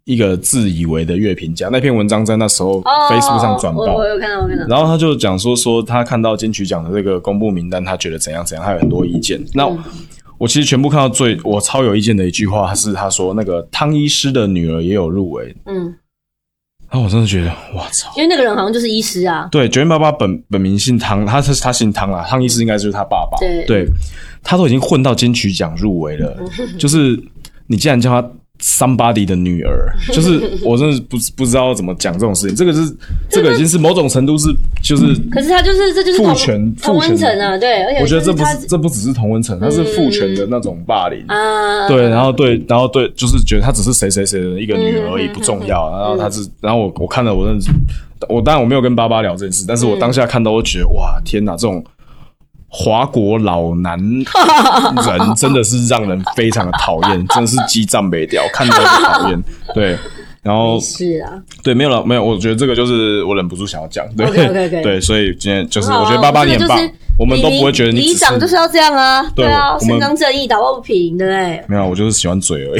[SPEAKER 1] 一个自以为的乐评家，那篇文章在那时候
[SPEAKER 2] 哦
[SPEAKER 1] Facebook 上转
[SPEAKER 2] 我
[SPEAKER 1] 爆
[SPEAKER 2] 我。有看到，我看到。
[SPEAKER 1] 然后他就讲说说他看到金曲奖的这个公布名单，他觉得怎样怎样，他有很多意见。那
[SPEAKER 2] 嗯
[SPEAKER 1] 我,、其实全部看到最我超有意见的一句话是他说那个汤医师的女儿也有入围，
[SPEAKER 2] 嗯，
[SPEAKER 1] 然后我真的觉得哇操，
[SPEAKER 2] 因为那个人好像就是医师啊，
[SPEAKER 1] 对，九零八八本本名姓汤，他是他姓汤啊，汤医师应该就是他爸爸。
[SPEAKER 2] 对
[SPEAKER 1] 他都已经混到金曲奖入围了，就是你既然叫他 somebody 的女儿，就是我真的不不知道怎么讲这种事情。这个是这个已经是某种程度是就是
[SPEAKER 2] 可是他就是这就是
[SPEAKER 1] 父
[SPEAKER 2] 同
[SPEAKER 1] 权
[SPEAKER 2] 同
[SPEAKER 1] 父
[SPEAKER 2] 温
[SPEAKER 1] 权
[SPEAKER 2] 层啊，对，而且
[SPEAKER 1] 我觉得
[SPEAKER 2] 就是
[SPEAKER 1] 这不
[SPEAKER 2] 他
[SPEAKER 1] 是这不只是同温层，它是父权的那种霸凌。
[SPEAKER 2] 啊，
[SPEAKER 1] 对，然后对，然后对，就是觉得她只是谁谁谁的一个女儿而已，
[SPEAKER 2] 嗯
[SPEAKER 1] 不重要。然后她是，然后我我看了，我认识，我当然我没有跟爸爸聊这件事，但是我当下看到，我觉得哇，天哪，这种华国老男 人真的是让人非常的讨厌，真的是激战北掉，看到就讨厌。对，然后
[SPEAKER 2] 是啊，
[SPEAKER 1] 对，没有了，没有，我觉得这个就是我忍不住想要讲，对
[SPEAKER 2] OK，OK，OK
[SPEAKER 1] 对，所以今天就是
[SPEAKER 2] 很好
[SPEAKER 1] 我
[SPEAKER 2] 啊
[SPEAKER 1] 觉得爸爸你
[SPEAKER 2] 这
[SPEAKER 1] 很
[SPEAKER 2] 个
[SPEAKER 1] 棒
[SPEAKER 2] 就是，
[SPEAKER 1] 我们都不会觉得你
[SPEAKER 2] 里里
[SPEAKER 1] 只
[SPEAKER 2] 长就是要这样啊，
[SPEAKER 1] 对
[SPEAKER 2] 啊，
[SPEAKER 1] 我
[SPEAKER 2] 伸
[SPEAKER 1] 们
[SPEAKER 2] 张正义，打抱不平，对不对？
[SPEAKER 1] 没有，啊我就是喜欢嘴而已。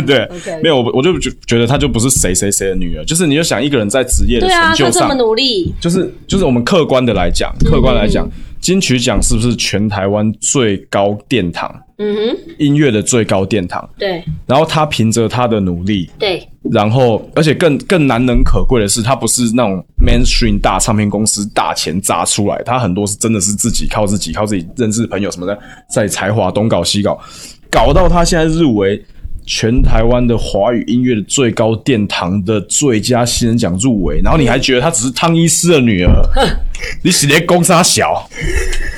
[SPEAKER 1] 对
[SPEAKER 2] OK
[SPEAKER 1] 没有，我我就觉觉得她就不是谁谁谁的女儿，就是你就想一个人在职业的
[SPEAKER 2] 对啊，
[SPEAKER 1] 成
[SPEAKER 2] 他
[SPEAKER 1] 就
[SPEAKER 2] 这
[SPEAKER 1] 上，
[SPEAKER 2] 么努嗯力，
[SPEAKER 1] 就是就是我们客观的来讲，客观来讲，金曲奖是不是全台湾最高殿堂
[SPEAKER 2] 嗯哼，
[SPEAKER 1] 音乐的最高殿堂？
[SPEAKER 2] 对
[SPEAKER 1] 然后她凭着她的努力，
[SPEAKER 2] 对，
[SPEAKER 1] 然后，而且更更难能可贵的是，他不是那种 mainstream 大唱片公司大钱砸出来，他很多是真的是自己靠自己，靠自己认识朋友什么的，在才华东搞西搞，搞到他现在入围全台湾的华语音乐的最高殿堂的最佳新人奖入围，然后你还觉得他只是汤医师的女儿，你洗连公杀小，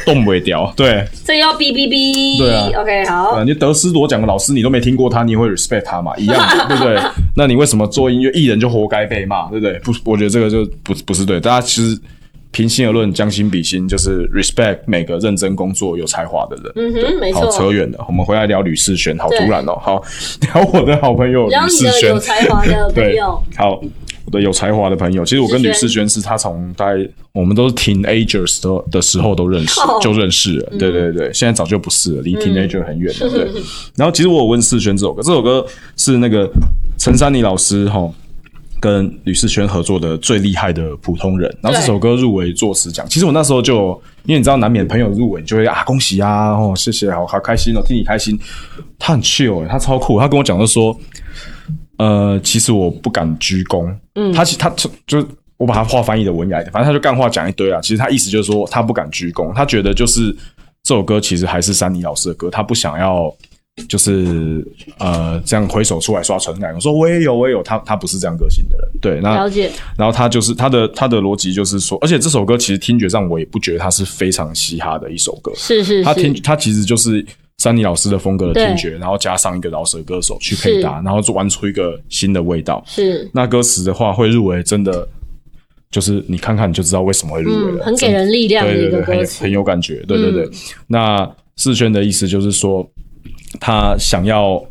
[SPEAKER 1] 动不掉，对，
[SPEAKER 2] 这要哔哔哔，
[SPEAKER 1] 对啊
[SPEAKER 2] o k
[SPEAKER 1] 对啊，
[SPEAKER 2] 好，
[SPEAKER 1] 你德斯罗奖的老师你都没听过他，你也会 respect 他嘛？一样的，对不 对？那你为什么做音乐艺人就活该被骂，对不对？不，我觉得这个就不不是对。大家其实平心而论，将心比心，就是 respect 每个认真工作、有才华的人。
[SPEAKER 2] 嗯哼，没
[SPEAKER 1] 好，扯
[SPEAKER 2] 错，
[SPEAKER 1] 远了，我们回来聊吕世轩，好
[SPEAKER 2] 对
[SPEAKER 1] 突然哦。好，聊我的好朋友
[SPEAKER 2] 然后
[SPEAKER 1] 吕
[SPEAKER 2] 你
[SPEAKER 1] 世
[SPEAKER 2] 的
[SPEAKER 1] 轩
[SPEAKER 2] 有。才华的 朋
[SPEAKER 1] 对
[SPEAKER 2] 友，，
[SPEAKER 1] 好，我的有才华的朋友，其实我跟
[SPEAKER 2] 世轩
[SPEAKER 1] 吕世轩是他从大概我们都是 teenagers 的的时候都认识，
[SPEAKER 2] 哦嗯
[SPEAKER 1] 就认识了。对对对，现在早就不是了，离 teenager 很远了。 对，然后其实我有问世轩这首歌，这首歌是那个陈珊妮老师哈。跟吕世轩合作的最厉害的普通人，然后这
[SPEAKER 2] 对
[SPEAKER 1] 首歌入围作词奖。其实我那时候就，因为你知道，难免朋友入围，你就会啊恭喜啊，哦谢谢，好好开心哦，替你开心。他很 chill，、欸、他超酷，他跟我讲就说，呃，其实我不敢鞠躬。嗯，他其他就就我把他话翻译的文雅一点，反正他就干话讲一堆啊。其实他意思就是说他不敢鞠躬，他觉得就是这首歌其实还是山妮老师的歌，他不想要就是呃这样挥手出来刷存在感。我说我也有，我也有，他他不是这样个性的人。对，那
[SPEAKER 2] 了解，
[SPEAKER 1] 然后他就是他的他的逻辑就是说，而且这首歌其实听觉上我也不觉得它是非常嘻哈的一首歌，
[SPEAKER 2] 是是
[SPEAKER 1] 他听
[SPEAKER 2] 是，
[SPEAKER 1] 他其实就是山妮老师的风格的
[SPEAKER 2] 对
[SPEAKER 1] 听觉，然后加上一个饶舌歌手去配搭，然后就玩出一个新的味道。
[SPEAKER 2] 是，
[SPEAKER 1] 那歌词的话会入围，真的就是你看看你就知道为什么会入围
[SPEAKER 2] 嗯，
[SPEAKER 1] 了，
[SPEAKER 2] 很给
[SPEAKER 1] 真的
[SPEAKER 2] 人力量的一
[SPEAKER 1] 对对
[SPEAKER 2] 个
[SPEAKER 1] 对，很
[SPEAKER 2] 歌
[SPEAKER 1] 有
[SPEAKER 2] 词
[SPEAKER 1] 很，有感觉，对对对。
[SPEAKER 2] 嗯
[SPEAKER 1] 那世轩的意思就是说，他想要，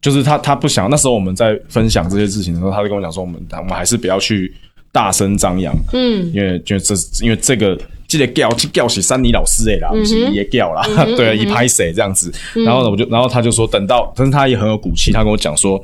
[SPEAKER 1] 就是他他不想。那时候我们在分享这些事情的时候，他就跟我讲说，我们我们还是不要去大声张扬，
[SPEAKER 2] 嗯，
[SPEAKER 1] 因为因为这因为这个这个吊去吊起山泥老师
[SPEAKER 2] 嗯
[SPEAKER 1] 哎啦，不是也吊啦， 对，啊一拍谁这样子。然后呢，我就然后他就说等到，但是他也很有骨气，他跟我讲说，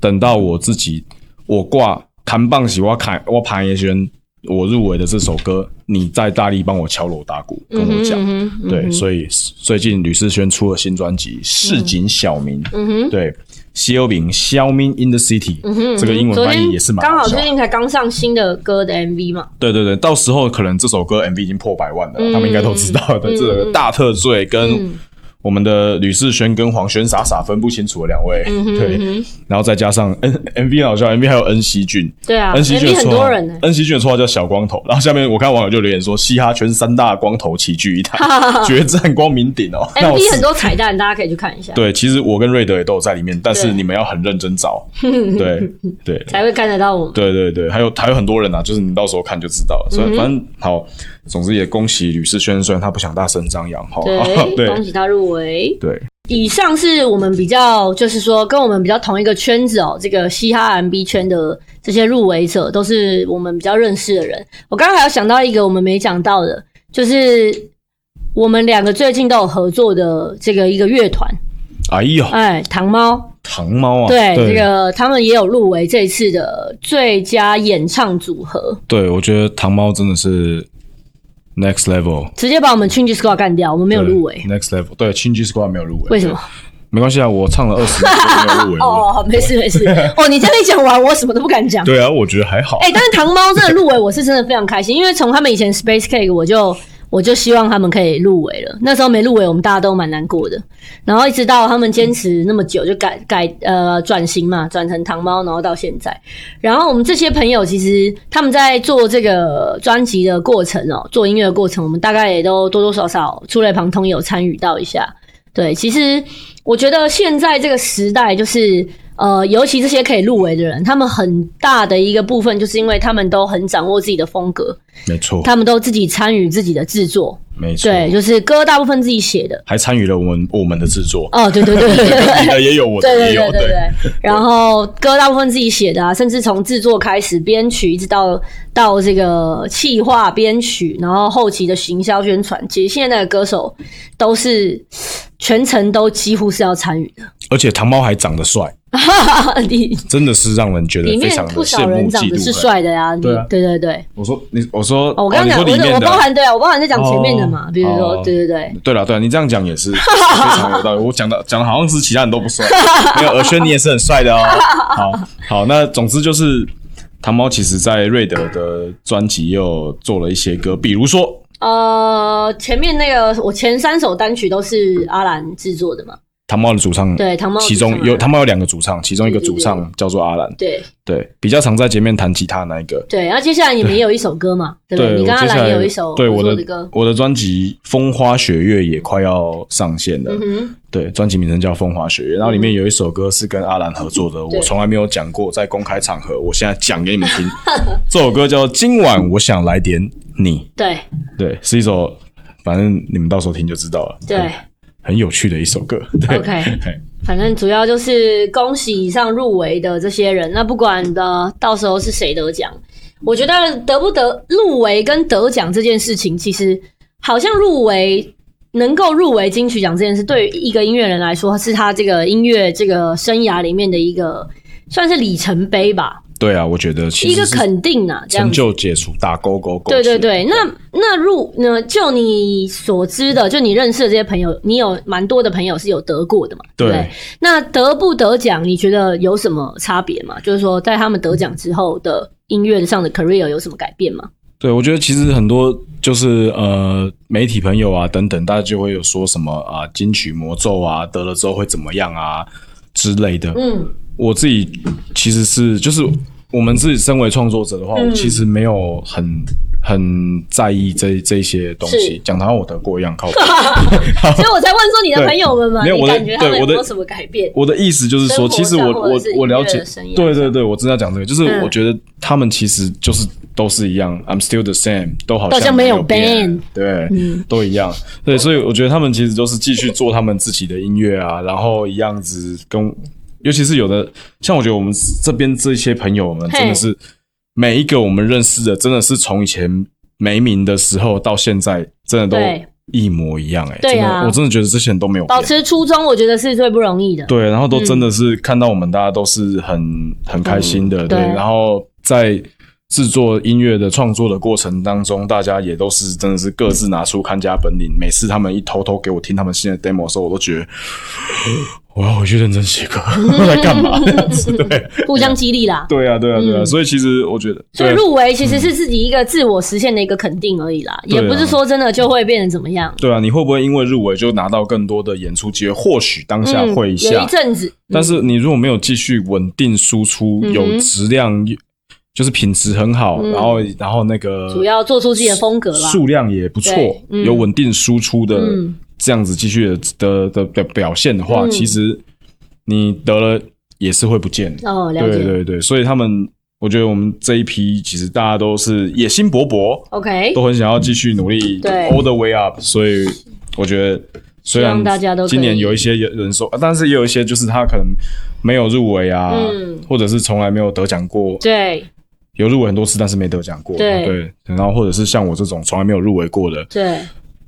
[SPEAKER 1] 等到我自己我挂弹棒喜我砍我盘叶轩我入围的这首歌，你再大力帮我敲锣打鼓跟我讲。
[SPEAKER 2] 嗯哼，
[SPEAKER 1] 对，所以最近吕思萱出了新专辑《市井小民》，
[SPEAKER 2] 嗯
[SPEAKER 1] 对，肖明肖明 in the city，、这个
[SPEAKER 2] 嗯
[SPEAKER 1] 英文
[SPEAKER 2] 昨
[SPEAKER 1] 翻
[SPEAKER 2] 天
[SPEAKER 1] 译也是蛮
[SPEAKER 2] 刚好
[SPEAKER 1] 笑的
[SPEAKER 2] 最近才刚上新的歌的 MV 嘛，
[SPEAKER 1] 对对对，到时候可能这首歌 MV 已经破百万
[SPEAKER 2] 嗯
[SPEAKER 1] 了，他们应该都知道的。这个大特罪跟我们的吕世轩跟黄轩傻傻分不清楚的两位，
[SPEAKER 2] 嗯
[SPEAKER 1] 对，然后再加上 N MV 很好笑，MV 还有恩熙俊，
[SPEAKER 2] 对啊
[SPEAKER 1] 恩熙俊的
[SPEAKER 2] ，MV 很
[SPEAKER 1] 绰
[SPEAKER 2] 多
[SPEAKER 1] 号
[SPEAKER 2] 人呢，欸
[SPEAKER 1] 恩熙俊的绰号叫小光头。然后下面我看网友就留言说，嘻哈圈三大光头齐聚一堂，决战光明顶 哦。那我
[SPEAKER 2] MV 很多彩蛋，大家可以去看一下，
[SPEAKER 1] 对，其实我跟瑞德也都有在里面，但是
[SPEAKER 2] 对
[SPEAKER 1] 你们要很认真 找，对对，
[SPEAKER 2] 才会看得到我们。
[SPEAKER 1] 对对对，还有还有很多人啊，就是你到时候看就知道了。所
[SPEAKER 2] 嗯
[SPEAKER 1] 以反正好，总之也恭喜吕世轩，虽然他不想大声张扬哈。
[SPEAKER 2] 对，恭
[SPEAKER 1] 哦 对
[SPEAKER 2] 喜他入围。
[SPEAKER 1] 对，
[SPEAKER 2] 以上是我们比较，就是说跟我们比较同一个圈子哦，这个嘻哈 MB 圈的这些入围者都是我们比较认识的人。我刚刚还有想到一个我们没讲到的，就是我们两个最近都有合作的这个一个乐团，
[SPEAKER 1] 哎呦，
[SPEAKER 2] 哎，糖猫，
[SPEAKER 1] 糖猫啊，
[SPEAKER 2] 对，
[SPEAKER 1] 对
[SPEAKER 2] 这个他们也有入围这次的最佳演唱组合，
[SPEAKER 1] 对我觉得糖猫真的是 next level，
[SPEAKER 2] 直接把我们 Change Squad 干掉，我们没
[SPEAKER 1] 没
[SPEAKER 2] 有入围，
[SPEAKER 1] next level，对 c h i n g i Squad 没有入围，
[SPEAKER 2] 为什么？
[SPEAKER 1] 对？没关系啊，我唱了二十 年都没有入围。
[SPEAKER 2] 哦，没事没事，哦，你这样一讲完，我什么都不敢讲。
[SPEAKER 1] 对啊，我觉得还好
[SPEAKER 2] 哎哎、。但是糖猫真的入围，我是真的非常开心，因为从他们以前 Space Cake 我就我就希望他们可以入围了。那时候没入围，我们大家都蛮难过的。然后一直到他们坚持那么久，就改改呃转型嘛，转成糖猫，然后到现在。然后我们这些朋友，其实他们在做这个专辑的过程哦、做音乐的过程，我们大概也都多多少少触类旁通，有参与到一下。对，其实我觉得现在这个时代，就是呃，尤其这些可以入围的人，他们很大的一个部分，就是因为他们都很掌握自己的风格，
[SPEAKER 1] 没错，
[SPEAKER 2] 他们都自己参与自己的制作，
[SPEAKER 1] 没错，
[SPEAKER 2] 对，就是歌大部分自己写的。
[SPEAKER 1] 还参与了我们我们的制作，
[SPEAKER 2] 哦，对对对对 对。
[SPEAKER 1] 你的也有，我
[SPEAKER 2] 对
[SPEAKER 1] 的
[SPEAKER 2] 对
[SPEAKER 1] 也有，
[SPEAKER 2] 对对 对，然后歌大部分自己写的啊，甚至从制作开始，编曲一直到到这个企划编曲，然后后期的行销宣传，其实现在的歌手都是全程都几乎是要参与的。
[SPEAKER 1] 而且糖猫还长得帅，
[SPEAKER 2] 里
[SPEAKER 1] 真的是让人觉得
[SPEAKER 2] 里
[SPEAKER 1] 非
[SPEAKER 2] 面
[SPEAKER 1] 常的
[SPEAKER 2] 不
[SPEAKER 1] 羡
[SPEAKER 2] 少人
[SPEAKER 1] 慕
[SPEAKER 2] 长
[SPEAKER 1] 嫉
[SPEAKER 2] 得
[SPEAKER 1] 妒。
[SPEAKER 2] 是帅的呀、你
[SPEAKER 1] 对啊
[SPEAKER 2] 对对对。
[SPEAKER 1] 我说你，我说
[SPEAKER 2] 哦，我刚刚讲，
[SPEAKER 1] 哦你说里
[SPEAKER 2] 我我
[SPEAKER 1] 面的
[SPEAKER 2] 包
[SPEAKER 1] 啊。
[SPEAKER 2] 含对啊，我包含在讲前面的嘛，
[SPEAKER 1] 哦
[SPEAKER 2] 比如说
[SPEAKER 1] 哦，
[SPEAKER 2] 对对对，
[SPEAKER 1] 对了，对了，你这样讲也 是非常有道理。我讲的讲的好像是其他人都不帅，没有尔轩你也是很帅 的哦。好好，那总之就是糖猫其实在瑞德的专辑又做了一些歌，比如说
[SPEAKER 2] 呃，前面那个我前三首单曲都是阿兰制作的嘛，
[SPEAKER 1] 糖猫的主唱，
[SPEAKER 2] 对糖猫
[SPEAKER 1] 嗯
[SPEAKER 2] 的
[SPEAKER 1] 其
[SPEAKER 2] 主
[SPEAKER 1] 中
[SPEAKER 2] 唱
[SPEAKER 1] 有
[SPEAKER 2] 阿兰
[SPEAKER 1] 糖猫有两个主唱，其中一个
[SPEAKER 2] 对对
[SPEAKER 1] 主唱叫做阿兰，
[SPEAKER 2] 对，
[SPEAKER 1] 对，比较常在前面弹吉他的那一个。
[SPEAKER 2] 对，然后接下来你们也有一首歌嘛，对不对？
[SPEAKER 1] 对，
[SPEAKER 2] 你
[SPEAKER 1] 我
[SPEAKER 2] 跟阿
[SPEAKER 1] 接下
[SPEAKER 2] 兰
[SPEAKER 1] 来
[SPEAKER 2] 也有一首
[SPEAKER 1] 对
[SPEAKER 2] 合
[SPEAKER 1] 我
[SPEAKER 2] 作
[SPEAKER 1] 的
[SPEAKER 2] 的歌，
[SPEAKER 1] 我的专辑《风花雪月》也快要上线了。
[SPEAKER 2] 嗯哼，
[SPEAKER 1] 对，专辑名称叫《风花雪月》，然后里面有一首歌是跟阿兰合作的，
[SPEAKER 2] 对
[SPEAKER 1] 我从来没有讲过，在公开场合，我现在讲给你们 听。这首歌叫《今晚我想来点你
[SPEAKER 2] 对》，
[SPEAKER 1] 对，是一首，反正你们到时候听就知道了。
[SPEAKER 2] 对
[SPEAKER 1] 很，很有趣的一首歌。对
[SPEAKER 2] OK
[SPEAKER 1] 嘿
[SPEAKER 2] 反正主要就是恭喜以上入围的这些人。那不管的到时候是谁得奖，我觉得得不得入围跟得奖这件事情，其实好像入围能够入围金曲奖这件事，对于一个音乐人来说，是他这个音乐这个生涯里面的一个算是里程碑吧，
[SPEAKER 1] 对啊，我觉得其
[SPEAKER 2] 一
[SPEAKER 1] 实
[SPEAKER 2] 个
[SPEAKER 1] 是
[SPEAKER 2] 肯定啊，这样
[SPEAKER 1] 成
[SPEAKER 2] 子。
[SPEAKER 1] 就解除打勾勾勾。
[SPEAKER 2] 对对，对，那那入那就你所知的，就你认识的这些朋友，你有蛮多的朋友是有得过的嘛？对不对
[SPEAKER 1] 对
[SPEAKER 2] 那得不得奖，你觉得有什么差别吗？就是说，在他们得奖之后的音乐上的 career 有什么改变吗？
[SPEAKER 1] 对，我觉得其实很多就是呃媒体朋友啊等等，大家就会有说什么啊金曲魔咒啊得了之后会怎么样啊之类的。
[SPEAKER 2] 嗯，
[SPEAKER 1] 我自己其实是就是我们自己身为创作者的话，
[SPEAKER 2] 嗯
[SPEAKER 1] 我其实没有很很在意这这些东
[SPEAKER 2] 是
[SPEAKER 1] 西。讲堂我得过一样 靠谱。
[SPEAKER 2] 所以我才问说你的朋友们嘛，
[SPEAKER 1] 对没有
[SPEAKER 2] 你
[SPEAKER 1] 我的
[SPEAKER 2] 感觉他们
[SPEAKER 1] 对
[SPEAKER 2] 有
[SPEAKER 1] 我
[SPEAKER 2] 没
[SPEAKER 1] 的
[SPEAKER 2] 有什么改变？
[SPEAKER 1] 我的意思就是
[SPEAKER 2] 生
[SPEAKER 1] 说，
[SPEAKER 2] 活
[SPEAKER 1] 其实
[SPEAKER 2] 上
[SPEAKER 1] 我
[SPEAKER 2] 或者
[SPEAKER 1] 我
[SPEAKER 2] 是
[SPEAKER 1] 我
[SPEAKER 2] 音乐
[SPEAKER 1] 了解
[SPEAKER 2] 的生，涯
[SPEAKER 1] 对对对，我正要讲这个，就是
[SPEAKER 2] 嗯
[SPEAKER 1] 我觉得他们其实就是都是一样，I'm still the same，都好
[SPEAKER 2] 都像没有
[SPEAKER 1] 变
[SPEAKER 2] ban，
[SPEAKER 1] 对，都一样，对，所以我觉得他们其实都是继续做他们自己的音乐啊，然后一样子跟，尤其是有的，像我觉得我们这边这些朋友们
[SPEAKER 2] 嘿
[SPEAKER 1] 真的是每一个我们认识的，真的是从以前没名的时候到现在，真的都
[SPEAKER 2] 对
[SPEAKER 1] 一模一样，哎，
[SPEAKER 2] 对
[SPEAKER 1] 真
[SPEAKER 2] 啊
[SPEAKER 1] 的，我真的觉得这些人都没有
[SPEAKER 2] 保
[SPEAKER 1] 变。
[SPEAKER 2] 持初衷，我觉得是最不容易的。
[SPEAKER 1] 对，然后都真
[SPEAKER 2] 嗯
[SPEAKER 1] 的是看到我们大家都是很、很开心的，对，
[SPEAKER 2] 对
[SPEAKER 1] 然后在。制作音乐的创作的过程当中，大家也都是真的是各自拿出看家本领。每次他们一偷偷给我听他们新的 demo 的时候，我都觉得 我要回去认真写歌，我在干 嘛？这样子对
[SPEAKER 2] 互相激励啦。
[SPEAKER 1] 对啊，对啊，对啊。
[SPEAKER 2] 嗯
[SPEAKER 1] 所以其实我觉得，
[SPEAKER 2] 所
[SPEAKER 1] 对
[SPEAKER 2] 以
[SPEAKER 1] 啊嗯
[SPEAKER 2] 入围其实是自己一个自我实现的一个肯定而已啦，也
[SPEAKER 1] 对啊
[SPEAKER 2] 不是说真的就会变成怎么样。
[SPEAKER 1] 对啊，你会不会因为入围就拿到更多的演出机会？或许当下
[SPEAKER 2] 嗯，
[SPEAKER 1] 会一下，
[SPEAKER 2] 有一阵子，
[SPEAKER 1] 但是你如果没有继续稳定输出，
[SPEAKER 2] 嗯嗯哼
[SPEAKER 1] 有质量，就是品质很好，
[SPEAKER 2] 嗯
[SPEAKER 1] 然后然后那个
[SPEAKER 2] 主要做出自己的风格啦。
[SPEAKER 1] 数量也不错
[SPEAKER 2] 对，嗯
[SPEAKER 1] 有稳定输出的、
[SPEAKER 2] 嗯
[SPEAKER 1] 这样子继续的的的的表现的话，
[SPEAKER 2] 嗯
[SPEAKER 1] 其实你得了也是会不见的。
[SPEAKER 2] 哦，了解。
[SPEAKER 1] 对对对，所以他们，我觉得我们这一批其实大家都是野心勃勃，
[SPEAKER 2] OK，
[SPEAKER 1] 都很想要继续努力
[SPEAKER 2] 对
[SPEAKER 1] ，all the way up。所以我觉得，虽
[SPEAKER 2] 希
[SPEAKER 1] 然
[SPEAKER 2] 望大家都可以
[SPEAKER 1] 今年有一些人说，啊但是也有一些就是他可能没有入围啊，
[SPEAKER 2] 嗯
[SPEAKER 1] 或者是从来没有得奖过，
[SPEAKER 2] 对
[SPEAKER 1] 有入围很多次，但是没得奖过。
[SPEAKER 2] 对
[SPEAKER 1] 然后或者是像我这种从来没有入围过的
[SPEAKER 2] 对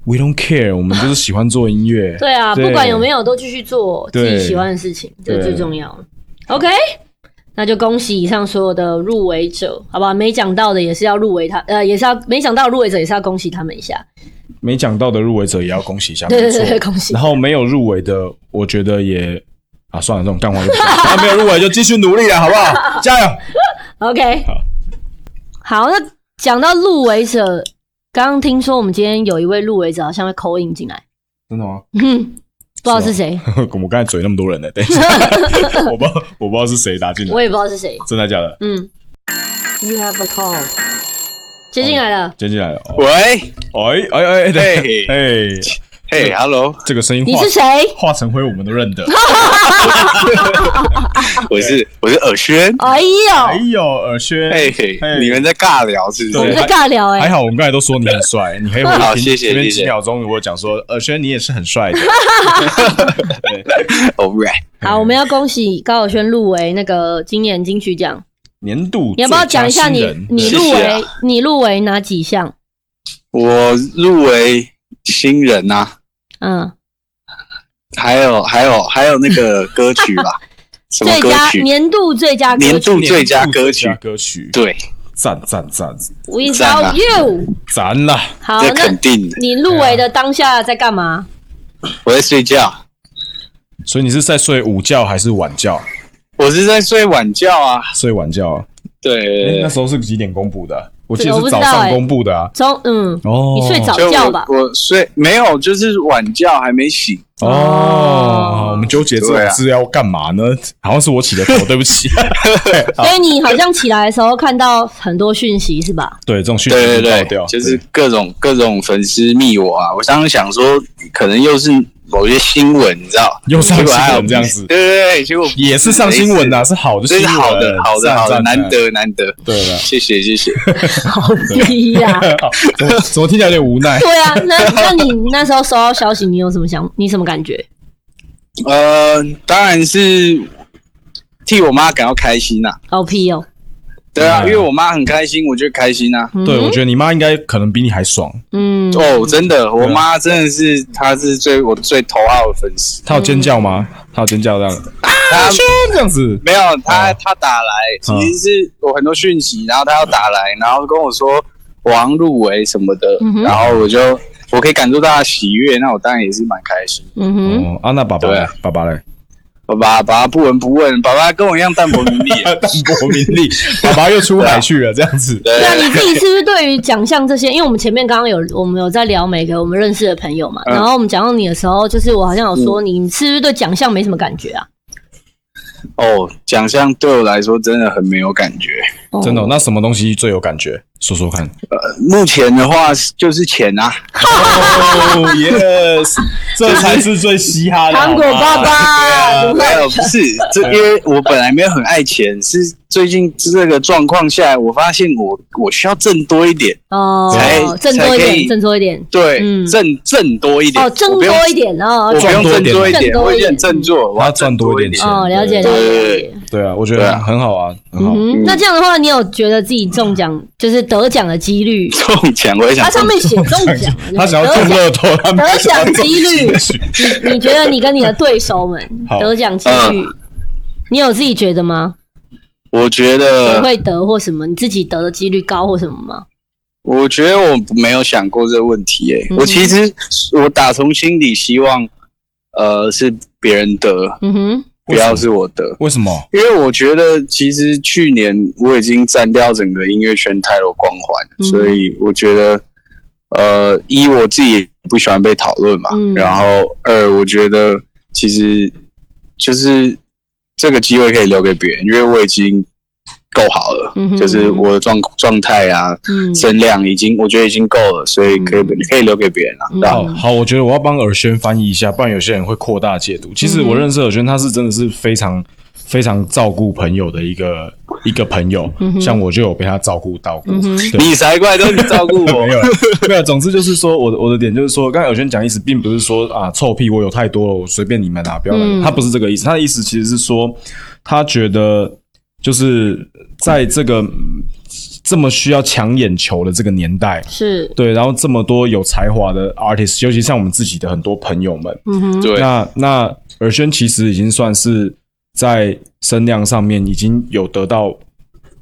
[SPEAKER 1] ，We don't care，我们就是喜欢做音乐。
[SPEAKER 2] 对啊，
[SPEAKER 1] 对
[SPEAKER 2] 不管有没有，都继续做自己
[SPEAKER 1] 对
[SPEAKER 2] 喜欢的事情，这
[SPEAKER 1] 对
[SPEAKER 2] 最重要。OK，那就恭喜以上所有的入围者，好吧？没讲到的也是要入围他，呃，也是要没讲到的入围者也是要恭喜他们一下。
[SPEAKER 1] 没讲到的入围者也要恭喜一下，
[SPEAKER 2] 对
[SPEAKER 1] 没
[SPEAKER 2] 对
[SPEAKER 1] 错
[SPEAKER 2] 对对，恭喜
[SPEAKER 1] 然。后没有入围的，我觉得也啊，算了，这种干话就不讲 大家没有入围就继续努力啊，好不好？加油！
[SPEAKER 2] OK，
[SPEAKER 1] 好
[SPEAKER 2] 好，那讲到入围者，刚刚听说我们今天有一位入围者好像会扣印进来，
[SPEAKER 1] 真的吗？
[SPEAKER 2] 嗯，不知道是谁，
[SPEAKER 1] 我刚才嘴那么多人呢，等 一下，我不知道我不知道是谁打进来
[SPEAKER 2] 我，也不知道是谁。
[SPEAKER 1] 真的假的？
[SPEAKER 2] 嗯
[SPEAKER 3] You have a call.
[SPEAKER 2] 接进来了，
[SPEAKER 1] 接进来了，哦
[SPEAKER 4] 喂，
[SPEAKER 1] 哎哎哎哎，对
[SPEAKER 4] 嘿，
[SPEAKER 1] 哎，
[SPEAKER 4] 嘿，Hello，
[SPEAKER 1] 这个声音
[SPEAKER 2] 你
[SPEAKER 1] 化
[SPEAKER 2] 是谁？
[SPEAKER 1] 化成灰我们都认得。啊
[SPEAKER 4] 我是我是尔轩，
[SPEAKER 2] 哎
[SPEAKER 1] 哎
[SPEAKER 2] 呦，
[SPEAKER 1] 呦，尔轩，
[SPEAKER 4] 嘿嘿，你们在尬聊是不
[SPEAKER 2] 我
[SPEAKER 1] 对
[SPEAKER 2] 们
[SPEAKER 4] 是？
[SPEAKER 2] 在尬聊哎、
[SPEAKER 1] 还好我们刚才都说你很 帅，你可以回去
[SPEAKER 4] 好
[SPEAKER 1] 听
[SPEAKER 4] 谢谢
[SPEAKER 1] 这边
[SPEAKER 4] 谢
[SPEAKER 1] 几
[SPEAKER 4] 谢
[SPEAKER 1] 秒钟，我讲说尔轩你也是很帅 的，
[SPEAKER 4] 哦，right，
[SPEAKER 2] 好，我们要恭喜高晓轩入围那个今年金曲奖。
[SPEAKER 1] 年度
[SPEAKER 2] 你要不要讲一下你
[SPEAKER 1] 最佳新人
[SPEAKER 2] 你
[SPEAKER 4] 谢
[SPEAKER 2] 入
[SPEAKER 4] 谢
[SPEAKER 2] 围
[SPEAKER 4] 啊
[SPEAKER 2] 你入围哪几项？
[SPEAKER 4] 我入围新人呐、
[SPEAKER 2] 嗯，
[SPEAKER 4] 还有还有还有那 个歌曲吧，什么
[SPEAKER 2] 最
[SPEAKER 4] 歌
[SPEAKER 2] 佳
[SPEAKER 4] 曲？
[SPEAKER 2] 年度最佳歌
[SPEAKER 4] 年
[SPEAKER 2] 曲
[SPEAKER 4] 度最佳
[SPEAKER 1] 年度
[SPEAKER 4] 歌
[SPEAKER 1] 最佳
[SPEAKER 4] 曲，
[SPEAKER 1] 歌曲，
[SPEAKER 4] 对，
[SPEAKER 1] 赞赞赞，
[SPEAKER 4] 赞
[SPEAKER 2] Without
[SPEAKER 4] 啊
[SPEAKER 2] You。
[SPEAKER 1] 赞啦！
[SPEAKER 2] 好，
[SPEAKER 4] 这
[SPEAKER 2] 那
[SPEAKER 4] 肯定的。
[SPEAKER 2] 你入围的当下在干嘛？
[SPEAKER 4] 我在睡觉，
[SPEAKER 1] 所以你是在睡午觉还是晚觉？
[SPEAKER 4] 我是在睡晚觉啊。
[SPEAKER 1] 睡晚觉啊，诶
[SPEAKER 4] 对
[SPEAKER 2] 嗯
[SPEAKER 1] 那，时候是几点公布的啊？我记得
[SPEAKER 2] 这个我
[SPEAKER 1] 是
[SPEAKER 2] 不知道
[SPEAKER 1] 早上
[SPEAKER 2] 欸
[SPEAKER 1] 公布的啊。
[SPEAKER 2] 中嗯，
[SPEAKER 1] 哦，
[SPEAKER 2] 你睡早
[SPEAKER 4] 就
[SPEAKER 2] 觉吧
[SPEAKER 4] 我我睡没有，就是晚觉还没醒。
[SPEAKER 1] 哦，我们纠结这
[SPEAKER 4] 对
[SPEAKER 1] 种
[SPEAKER 4] 啊
[SPEAKER 1] 字要干嘛呢？好像是我起的头，对不起。
[SPEAKER 2] 所以你好像起来的时候看到很多讯息是 吧？
[SPEAKER 1] 对，这种讯息
[SPEAKER 4] 对
[SPEAKER 1] 已经
[SPEAKER 4] 对
[SPEAKER 1] 爆掉，
[SPEAKER 4] 对，就是
[SPEAKER 1] 对
[SPEAKER 4] 各种各种粉丝密我啊，我当时想说，可能又是某些新闻，你知道，
[SPEAKER 1] 又上
[SPEAKER 4] 结果还
[SPEAKER 1] 新
[SPEAKER 4] 有
[SPEAKER 1] 闻这样子
[SPEAKER 4] 对对对，结果
[SPEAKER 1] 也是上新闻呐，是好的
[SPEAKER 4] 这
[SPEAKER 1] 新
[SPEAKER 4] 是
[SPEAKER 1] 闻，啊
[SPEAKER 4] 好的好的
[SPEAKER 1] 赞
[SPEAKER 4] 好的，
[SPEAKER 1] 赞
[SPEAKER 4] 难
[SPEAKER 1] 赞
[SPEAKER 4] 得难得，
[SPEAKER 1] 对了
[SPEAKER 4] 谢谢谢谢，
[SPEAKER 2] 好低呀、
[SPEAKER 1] 好怎么怎么听起来有点无奈？
[SPEAKER 2] 对啊，那那你那时候收到消息，你有什么想？你什么感觉？
[SPEAKER 4] 呃，当然是替我妈感到开心呐、
[SPEAKER 2] 好屁哦，
[SPEAKER 4] 对啊，
[SPEAKER 1] 嗯
[SPEAKER 4] 因为我妈很开心，我就开心啊。
[SPEAKER 2] 嗯
[SPEAKER 1] 对，我觉得你妈应该可能比你还爽，
[SPEAKER 2] 嗯，
[SPEAKER 4] 哦，真的，我妈真的是，她是最我最头号的粉丝。
[SPEAKER 1] 她有尖叫吗？她有尖叫这样，
[SPEAKER 4] 她
[SPEAKER 1] 这样子，
[SPEAKER 4] 没有，他
[SPEAKER 1] 哦
[SPEAKER 4] 他打来，
[SPEAKER 1] 嗯
[SPEAKER 4] 其实是我很多讯息，然后他要打来，然后跟我说王入围什么的
[SPEAKER 2] 嗯哼，
[SPEAKER 4] 然后我就我可以感受到他的喜悦，那我当然也是蛮开心。
[SPEAKER 2] 嗯哼，
[SPEAKER 1] 哦，啊，那爸爸
[SPEAKER 4] 对
[SPEAKER 1] 嘞
[SPEAKER 4] 啊，
[SPEAKER 1] 爸爸嘞，。
[SPEAKER 4] 爸爸爸爸不闻不问，爸爸跟我一样淡泊名利
[SPEAKER 1] 淡泊名利，爸爸又出海去了，这样子，
[SPEAKER 4] 对
[SPEAKER 2] 对啊，你自己是不是对于奖项这些？因为我们前面刚刚有我们有在聊每个我们认识的朋友嘛，
[SPEAKER 4] 嗯
[SPEAKER 2] 然后我们讲到你的时候，就是我好像有说你是不是对奖项没什么感觉啊？
[SPEAKER 4] 哦，奖项对我来说真的很没有感觉。
[SPEAKER 2] 哦
[SPEAKER 1] 真的哦，那什么东西最有感觉？说说看。
[SPEAKER 4] 呃目前的话就是钱啊，
[SPEAKER 1] 哦 yes，这 才是最嘻哈的。
[SPEAKER 2] 糖果
[SPEAKER 1] 好吗
[SPEAKER 2] 爸爸，
[SPEAKER 4] 没有不是这，因为我本来没有很爱钱，是最近这个状况下来，我发现我我需要挣多一点。
[SPEAKER 2] 哦，
[SPEAKER 4] 才
[SPEAKER 2] 挣多一
[SPEAKER 4] 才可以
[SPEAKER 2] 点，挣多一点，
[SPEAKER 4] 对，
[SPEAKER 2] 嗯
[SPEAKER 4] 挣挣多一点，
[SPEAKER 2] 哦，挣
[SPEAKER 4] 我不用
[SPEAKER 2] 多一，点，哦，
[SPEAKER 4] 我不用挣多一
[SPEAKER 2] 挣
[SPEAKER 4] 点，
[SPEAKER 2] 多
[SPEAKER 4] 我
[SPEAKER 2] 一点
[SPEAKER 4] 有点振作，我
[SPEAKER 1] 他
[SPEAKER 4] 要
[SPEAKER 1] 赚多
[SPEAKER 4] 多
[SPEAKER 1] 一点
[SPEAKER 4] 点
[SPEAKER 1] 钱
[SPEAKER 2] 哦，了解了
[SPEAKER 4] 对
[SPEAKER 2] 解。
[SPEAKER 4] 对
[SPEAKER 2] 了
[SPEAKER 4] 对
[SPEAKER 2] 解
[SPEAKER 1] 对啊，我觉
[SPEAKER 4] 对
[SPEAKER 1] 得
[SPEAKER 4] 啊
[SPEAKER 1] 很好啊，很好。，
[SPEAKER 2] 嗯哼，那这样的话，你有觉得自己中奖就是得奖的几率？
[SPEAKER 4] 中奖，我也想
[SPEAKER 2] 它啊上面写中奖
[SPEAKER 1] 他想要中乐透，他没有
[SPEAKER 2] 得
[SPEAKER 1] 想要
[SPEAKER 2] 奖
[SPEAKER 1] 中
[SPEAKER 2] 几率，你你觉得你跟你的对手们
[SPEAKER 1] 好
[SPEAKER 2] 得奖几率，你有自己觉得吗？
[SPEAKER 4] 我觉
[SPEAKER 2] 你
[SPEAKER 4] 得，
[SPEAKER 2] 会得或什么？你自己得的几率高或什么吗？
[SPEAKER 4] 我觉得我没有想过这个问题诶、
[SPEAKER 2] 嗯
[SPEAKER 4] 我其实我打从心底希望，呃，是别人得，
[SPEAKER 2] 嗯哼，
[SPEAKER 1] 为
[SPEAKER 4] 不
[SPEAKER 1] 什么
[SPEAKER 4] 要是我得。
[SPEAKER 1] 为什么？
[SPEAKER 4] 因为我觉得，其实去年我已经占掉整个音乐圈太多光环，
[SPEAKER 2] 嗯
[SPEAKER 4] 所以我觉得，呃，一我自己也不喜欢被讨论嘛，
[SPEAKER 2] 嗯
[SPEAKER 4] 然后二我觉得其实就是这个机会可以留给别人，因为我已经够好了，
[SPEAKER 2] 嗯哼
[SPEAKER 4] 就是我的状状态啊、
[SPEAKER 2] 嗯，
[SPEAKER 4] 声量已经我觉得已经够了，所以可以、
[SPEAKER 2] 嗯
[SPEAKER 4] 可以留给别人了、啊，
[SPEAKER 2] 嗯
[SPEAKER 4] 对吧、
[SPEAKER 1] 好好，我觉得我要帮尔轩翻译一下，不然有些人会扩大解读。其实我认识尔轩，他是真的是非常非常照顾朋友的一个一个朋友
[SPEAKER 2] 嗯，哼
[SPEAKER 1] 像我就有被他照顾到过
[SPEAKER 2] 嗯。哼
[SPEAKER 1] 对。
[SPEAKER 4] 你才怪，都是你照顾我
[SPEAKER 1] 没。有啦，没有。总之就是说，我的我的点就是说，刚才有轩讲意思，并不是说啊臭屁我有太多了，我随便你们啊啦，不要来。
[SPEAKER 2] 嗯
[SPEAKER 1] 他不是这个意思，他的意思其实是说，他觉得就是在这个嗯这么需要抢眼球的这个年代，
[SPEAKER 2] 是，
[SPEAKER 1] 对，然后这么多有才华的 artist，尤其像我们自己的很多朋友们，
[SPEAKER 2] 嗯哼，
[SPEAKER 4] 对，
[SPEAKER 1] 那那尔轩其实已经算是在声量上面已经有得到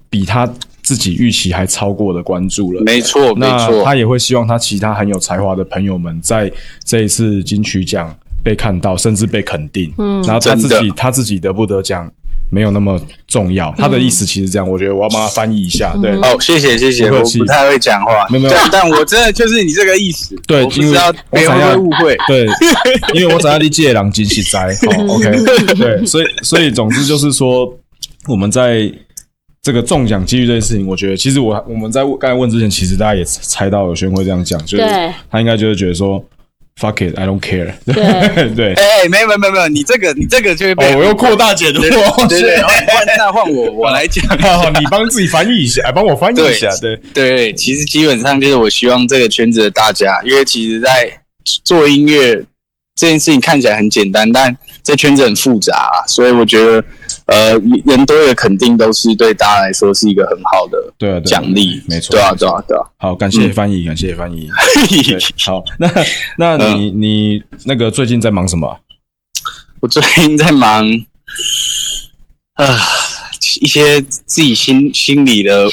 [SPEAKER 1] 比他自己预期还超过的关注了。
[SPEAKER 4] 没错，没
[SPEAKER 1] 那
[SPEAKER 4] 错。
[SPEAKER 1] 他也会希望他其他很有才华的朋友们，在这一次金曲奖被看到，甚至被肯定。
[SPEAKER 2] 嗯
[SPEAKER 1] 然后他自
[SPEAKER 4] 真
[SPEAKER 1] 己
[SPEAKER 4] 的
[SPEAKER 1] 他自己得不得奖，没有那么重要。他的意思其实这样，我觉得我要帮他翻译一下。对
[SPEAKER 2] 嗯
[SPEAKER 4] 哦，谢谢谢谢，
[SPEAKER 1] 不
[SPEAKER 4] 我
[SPEAKER 1] 客气
[SPEAKER 4] 不太会讲话，
[SPEAKER 1] 没有没有
[SPEAKER 4] 但但我真的就是你这个意思，
[SPEAKER 1] 对
[SPEAKER 4] 我不知道
[SPEAKER 1] 因
[SPEAKER 4] 别
[SPEAKER 1] 为我
[SPEAKER 4] 人
[SPEAKER 1] 想
[SPEAKER 4] 会
[SPEAKER 1] 要
[SPEAKER 4] 不会误会，
[SPEAKER 1] 对，因为我长在你借狼金喜 斋，哦，OK，对，所以所以总之就是说，我们在这个中奖几率这件事情，我觉得其实我我们在刚才问之前，其实大家也猜到有轩会这样讲，就是
[SPEAKER 2] 对
[SPEAKER 1] 他应该就是觉得说 fuck it，I don't care，
[SPEAKER 2] 对
[SPEAKER 1] 对，
[SPEAKER 4] 哎、哎没有没有没有没有，你这个你这个就会
[SPEAKER 1] 哦
[SPEAKER 4] 被，
[SPEAKER 1] 我又扩大解读，我
[SPEAKER 4] 对对，换那换我我 来讲，
[SPEAKER 1] 好，你帮自己翻译一 下，哎帮我翻译一下，对，
[SPEAKER 4] 对，其实基本上就是我希望这个圈子的大家，因为其实在做音乐这件事情看起来很简单，但这圈子很复杂、啊所以我觉得，呃，人多的肯定都是对大家来说是一个很好的
[SPEAKER 1] 对啊，对啊
[SPEAKER 4] 奖励，
[SPEAKER 1] 没错
[SPEAKER 4] 对啊，对啊，对啊。
[SPEAKER 1] 好，感谢翻译，感谢翻 译，对，好，那那
[SPEAKER 4] 嗯
[SPEAKER 1] 你你那个最近在忙什么啊？
[SPEAKER 4] 我最近在忙啊、一些自己心心里的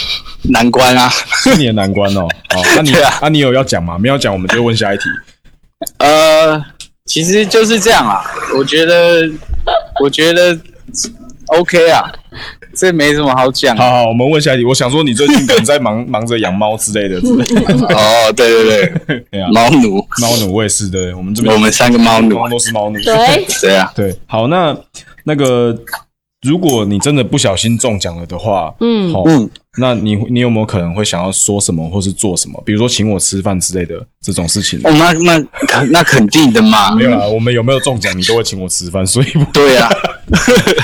[SPEAKER 4] 难关啊，
[SPEAKER 1] 是你的难关哦。好，那你
[SPEAKER 4] 对啊
[SPEAKER 1] 啊，你有要讲吗？没有讲，我们就问下一题。
[SPEAKER 4] 呃，其实就是这样啦。我觉得，我觉得 OK 啊，这没什么好讲。
[SPEAKER 1] 好好，我们问下一题。我想说，你最近可能在忙 忙着养猫之类的，之类的。
[SPEAKER 4] 哦，对对对，
[SPEAKER 1] 对啊，
[SPEAKER 4] 猫奴，
[SPEAKER 1] 猫奴我也是，对，我们这边
[SPEAKER 4] 我们三个猫奴，
[SPEAKER 1] 猫都是猫奴。
[SPEAKER 2] 对，
[SPEAKER 4] 对啊，
[SPEAKER 1] 对，好，那那个，如果你真的不小心中奖了的话，
[SPEAKER 2] 嗯，
[SPEAKER 1] 好，
[SPEAKER 4] 嗯，
[SPEAKER 1] 那你你有没有可能会想要说什么，或是做什么？比如说请我吃饭之类的这种事情。
[SPEAKER 4] 哦，那那肯那肯定的嘛
[SPEAKER 1] 没，有啦，我们有没有中奖，你都会请我吃饭，所以不
[SPEAKER 4] 对啊。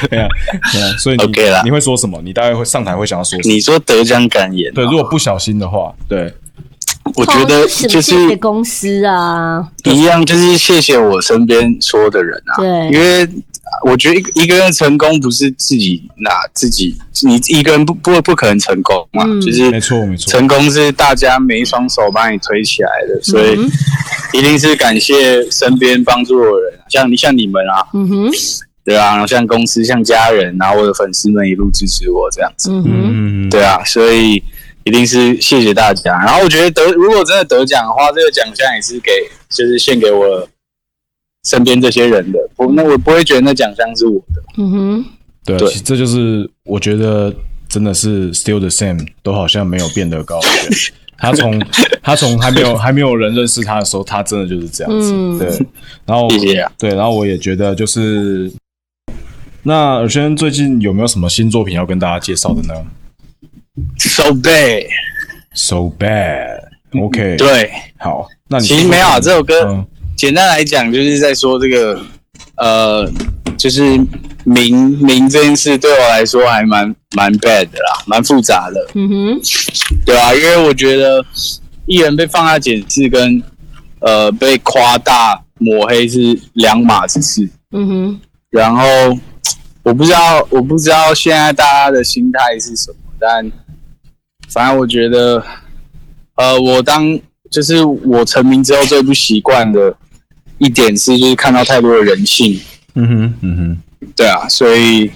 [SPEAKER 1] 对啊，对啊，所以你
[SPEAKER 4] OK 啦
[SPEAKER 1] 你会说什么？你大概会上台会想要说什么？
[SPEAKER 4] 你说得奖感言，啊
[SPEAKER 1] 对，如果不小心的话，对，
[SPEAKER 4] 我觉得就
[SPEAKER 2] 哦谢
[SPEAKER 4] 是
[SPEAKER 2] 谢公司啊，
[SPEAKER 4] 一样，就是谢谢我身边所有的人啊，
[SPEAKER 2] 对
[SPEAKER 4] 因为我觉得一个一个人成功不是自己拿自己，你一个人不不不可能成功嘛，
[SPEAKER 2] 嗯
[SPEAKER 4] 就是
[SPEAKER 1] 没错没错
[SPEAKER 4] 成功是大家每一双手把你推起来
[SPEAKER 2] 嗯
[SPEAKER 4] 的，所以一定是感谢身边帮助我的人，像你像你们啊，
[SPEAKER 2] 嗯哼，
[SPEAKER 4] 对啊，然后像公司像家人，然后我的粉丝们一路支持我这样子，
[SPEAKER 2] 嗯哼，
[SPEAKER 1] 嗯，
[SPEAKER 4] 对啊，所以一定是谢谢大家。然后我觉得得如果真的得奖的话，这个奖项也是给就是献给我身边这些人的，不，那我不会觉得那奖项是我的。
[SPEAKER 2] 嗯哼，
[SPEAKER 1] 对，啊
[SPEAKER 4] 对
[SPEAKER 1] 其实这就是我觉得真的是 still the same，都好像没有变得 高悬。他从他从还没有还没有人认识他的时候，他真的就是这样子。
[SPEAKER 2] 嗯
[SPEAKER 1] 对，然后
[SPEAKER 4] 谢谢啊
[SPEAKER 1] 对，然后我也觉得就是，那尔轩最近有没有什么新作品要跟大家介绍的呢
[SPEAKER 4] So bad，
[SPEAKER 1] ？So bad，OK，、
[SPEAKER 4] 嗯对，
[SPEAKER 1] 好，那你
[SPEAKER 4] 其实没有啊这首歌
[SPEAKER 1] 嗯
[SPEAKER 4] 简单来讲就是在说这个，呃，就是名名这件事对我来说还蛮蛮 bad 的啦，蛮复杂的。
[SPEAKER 2] 嗯哼，
[SPEAKER 4] 对啊，因为我觉得艺人被放大检视跟呃被夸大抹黑是两码子事。
[SPEAKER 2] 嗯哼，
[SPEAKER 4] 然后我不知道，我不知道现在大家的心态是什么，但反正我觉得，呃，我当就是我成名之后最不习惯的一点是，就是看到太多的人性。
[SPEAKER 1] 嗯哼嗯哼。
[SPEAKER 4] 对啊，所以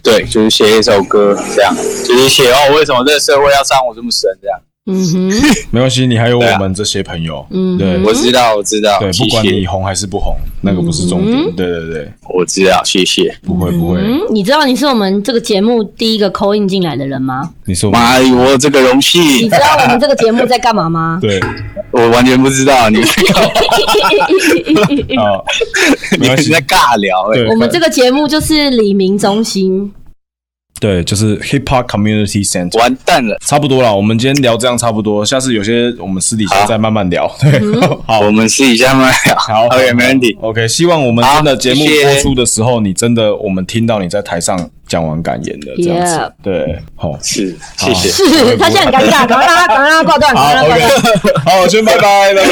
[SPEAKER 4] 对，就是写一首歌这样，就是写哦，为什么这个社会要伤我这么深这样。
[SPEAKER 2] 嗯哼，
[SPEAKER 1] 没关系，你还有
[SPEAKER 4] 对啊
[SPEAKER 1] 我们这些朋友，
[SPEAKER 2] 嗯
[SPEAKER 1] 对
[SPEAKER 4] 我知道，我知道，
[SPEAKER 1] 对，
[SPEAKER 4] 谢
[SPEAKER 1] 不管你
[SPEAKER 4] 谢，
[SPEAKER 1] 红还是不红，那个不是重点，对对对，
[SPEAKER 4] 我知道，谢谢。
[SPEAKER 1] 不会不会，
[SPEAKER 2] 嗯，你知道你是我们这个节目第一个扣印进来的人吗？
[SPEAKER 1] 你说
[SPEAKER 4] 妈，我有这个荣
[SPEAKER 2] 你
[SPEAKER 4] 幸，
[SPEAKER 2] 知道我们这个节目在干 嘛吗？
[SPEAKER 1] 对
[SPEAKER 4] 我完全不知道你们
[SPEAKER 1] 啊，没
[SPEAKER 4] 你们
[SPEAKER 1] 关系
[SPEAKER 4] 在尬聊哎、
[SPEAKER 1] 对
[SPEAKER 2] 我们这个节目就是李明中心，
[SPEAKER 1] 对，就是 Hip Hop Community Center。
[SPEAKER 4] 完蛋了。
[SPEAKER 1] 差不多了，我们今天聊这样差不多，下次有些我们私底下
[SPEAKER 4] 好
[SPEAKER 1] 再慢慢聊。对，
[SPEAKER 4] 好，我们试一下吗？
[SPEAKER 1] 好
[SPEAKER 4] OK，没问题。
[SPEAKER 1] OK，希望我们
[SPEAKER 4] 好
[SPEAKER 1] 真的节目
[SPEAKER 4] 谢谢
[SPEAKER 1] 播出的时候，你真的我们听到你在台上讲完感言的这样子
[SPEAKER 2] Yeah。
[SPEAKER 1] 对，好，
[SPEAKER 4] 是，谢谢。
[SPEAKER 2] 是他现在很尴尬，赶快让他赶快让他挂断，赶
[SPEAKER 1] 好
[SPEAKER 2] 快让他挂断。
[SPEAKER 1] ，OK，好， 先拜拜，拜拜。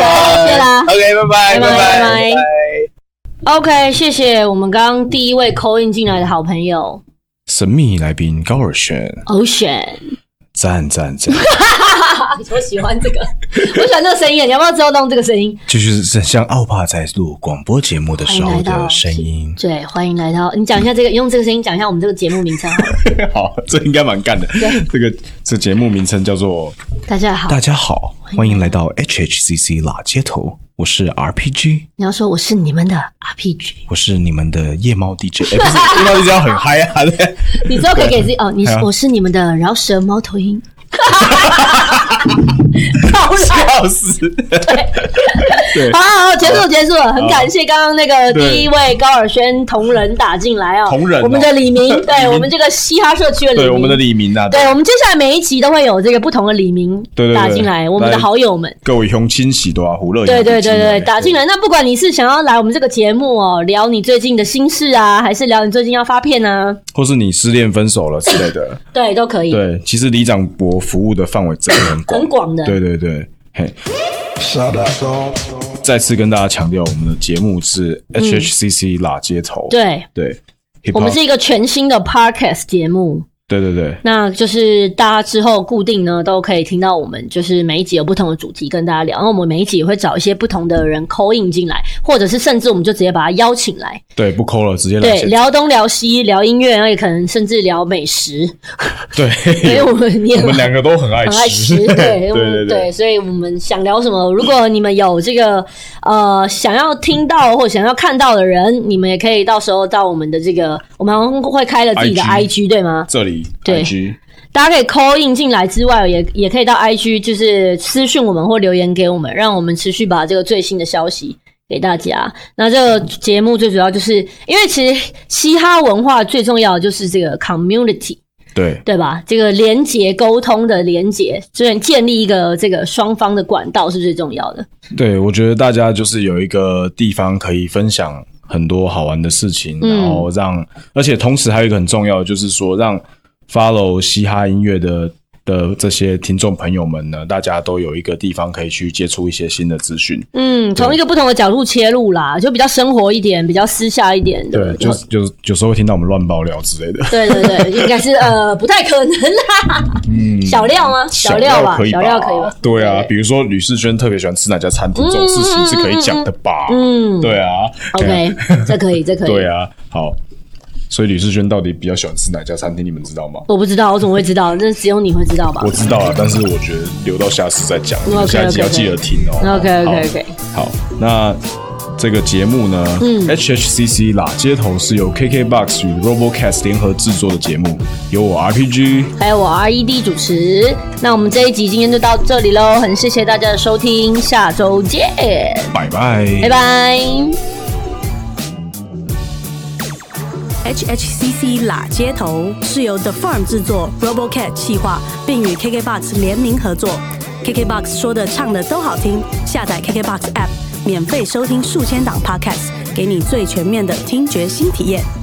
[SPEAKER 2] 谢啦
[SPEAKER 4] OK，拜
[SPEAKER 2] 拜
[SPEAKER 4] 拜，
[SPEAKER 2] 拜
[SPEAKER 4] 拜
[SPEAKER 2] 拜。OK，谢谢我们刚刚第一位扣印进来的好朋友
[SPEAKER 1] 神秘来宾高尔轩，
[SPEAKER 2] Ocean。
[SPEAKER 1] 赞赞赞。
[SPEAKER 2] 我喜欢这个， 我喜欢这个声音，你要不要之后弄这个声音？
[SPEAKER 1] 就是像奥帕在录广播节目的时候的声音。
[SPEAKER 2] 对，欢迎来到，你讲一下这个，用这个声音讲一下我们这个节目名称好 了。
[SPEAKER 1] 好，这应该蛮干的。这个这节目名称叫做
[SPEAKER 2] 大
[SPEAKER 1] “
[SPEAKER 2] 家好，
[SPEAKER 1] 大家好，欢迎来到 HHCC 拉街头”，我是 RPG，
[SPEAKER 2] 你要说我是你们的 RPG，
[SPEAKER 1] 我是你们的夜猫 DJ。哎，不是夜猫 DJ 要很嗨啊！对
[SPEAKER 2] 你之后可以给自己哦，你是
[SPEAKER 1] 还有
[SPEAKER 2] 我是你们的饶舌猫 头鹰。 好啦
[SPEAKER 1] 笑死！对
[SPEAKER 2] 好好好，结束结束了，很感谢刚刚那个
[SPEAKER 1] 对
[SPEAKER 2] 第一位高尔宣同仁打进来哦，
[SPEAKER 1] 同仁哦
[SPEAKER 2] 我们的 李明，对我们这个嘻哈社区的李
[SPEAKER 1] 对，我们的
[SPEAKER 2] 明，
[SPEAKER 1] 李明啊，
[SPEAKER 2] 对我们接下来每一集都会有这个不同的李明
[SPEAKER 1] 对对对
[SPEAKER 2] 打进来，我们的
[SPEAKER 1] 来
[SPEAKER 2] 好友们。
[SPEAKER 1] 各位乡亲喜多啊，胡乐
[SPEAKER 2] 对对对对，打进
[SPEAKER 1] 来。
[SPEAKER 2] 来。那不管你是想要来我们这个节目哦，聊你最近的心事啊，还是聊你最近要发片啊，
[SPEAKER 1] 或是你失恋分手了之类 的。
[SPEAKER 2] 对，都可以，
[SPEAKER 1] 对，其实李长博服务的范围真的很广，
[SPEAKER 2] 很广的。
[SPEAKER 1] 对对对，嘿。再次跟大家强调，我们的节目是 HHCC 拉街头，
[SPEAKER 2] 嗯对，
[SPEAKER 1] 对，
[SPEAKER 2] 我
[SPEAKER 1] hip
[SPEAKER 2] 们
[SPEAKER 1] hop-
[SPEAKER 2] 是一个全新的 podcast 节目，
[SPEAKER 1] 对对对
[SPEAKER 2] 那就是大家之后固定呢都可以听到我们，就是每一集有不同的主题跟大家聊，然后我们每一集也会找一些不同的人 call in 进来，或者是甚至我们就直接把他邀请来，
[SPEAKER 1] 对，不抠了，直接来
[SPEAKER 2] 对，
[SPEAKER 1] 现场，
[SPEAKER 2] 聊东聊西，聊音乐，然后也可能甚至聊美食，因为
[SPEAKER 1] 对，
[SPEAKER 2] 我们念
[SPEAKER 1] 我 们两个都很爱
[SPEAKER 2] 很爱
[SPEAKER 1] 吃
[SPEAKER 2] 吃，， 对
[SPEAKER 1] 对对
[SPEAKER 2] 对所以我们想聊什么？如果你们有这个呃想要听到或想要看到的人，你们也可以到时候到我们的这个，我们好像会开了自己的
[SPEAKER 1] IG
[SPEAKER 2] IG 对吗？
[SPEAKER 1] 这里
[SPEAKER 2] 对
[SPEAKER 1] IG
[SPEAKER 2] 大家可以 call in 进来之外，也也可以到 IG 就是私讯我们或留言给我们，让我们持续把这个最新的消息给大家。那这个节目最主要就是因为其实嘻哈文化最重要的就是这个 community。
[SPEAKER 1] 对
[SPEAKER 2] 对吧？这个连接沟通的连接，就是建立一个这个双方的管道是最重要的。
[SPEAKER 1] 对，我觉得大家就是有一个地方可以分享很多好玩的事情，
[SPEAKER 2] 嗯
[SPEAKER 1] 然后让，而且同时还有一个很重要的就是说，让 follow 嘻哈音乐的的这些听众朋友们呢，大家都有一个地方可以去接触一些新的资讯。
[SPEAKER 2] 嗯，从一个不同的角度切入啦，就比较生活一点，比较私下一点的。
[SPEAKER 1] 对，就是就是有时候会听到我们乱爆料之类的。
[SPEAKER 2] 对对对，应该是呃不太可能啦。小料吗？小料吧，
[SPEAKER 1] 嗯可以
[SPEAKER 2] 小料可以吧？
[SPEAKER 1] 对啊，比如说吕世轩特别喜欢吃哪家餐厅，这种事情是可以讲的吧？
[SPEAKER 2] 嗯
[SPEAKER 1] 对啊
[SPEAKER 2] ，OK，这可 以，这可以。
[SPEAKER 1] 对啊，好。所以吕世轩到底比较喜欢吃哪家餐厅，你们知道吗？
[SPEAKER 2] 我不知道，我怎么会知道？那只有你会知道吧
[SPEAKER 1] 我知道啊，但是我觉得留到下次再讲，你
[SPEAKER 2] OK，OK，OK
[SPEAKER 1] 下一集要记得听哦。
[SPEAKER 2] ？OK OK OK，
[SPEAKER 1] 好，那这个节目呢、
[SPEAKER 2] 嗯
[SPEAKER 1] h h c c 啦街头是由 KKBOX 与 RoboCast 联合制作的节目，由我 RPG
[SPEAKER 2] 还有我 RED 主持。那我们这一集今天就到这里喽，很谢谢大家的收听，下周见，
[SPEAKER 1] 拜拜，
[SPEAKER 2] 拜拜。
[SPEAKER 5] HHCC 喇街头是由 The Farm 制作，RoboCat 企划，并与 KKBox 联名合作。KKBox 说的唱的都好听，下载 KKBox App 免费收听数千档 Podcast，给你最全面的听觉新体验。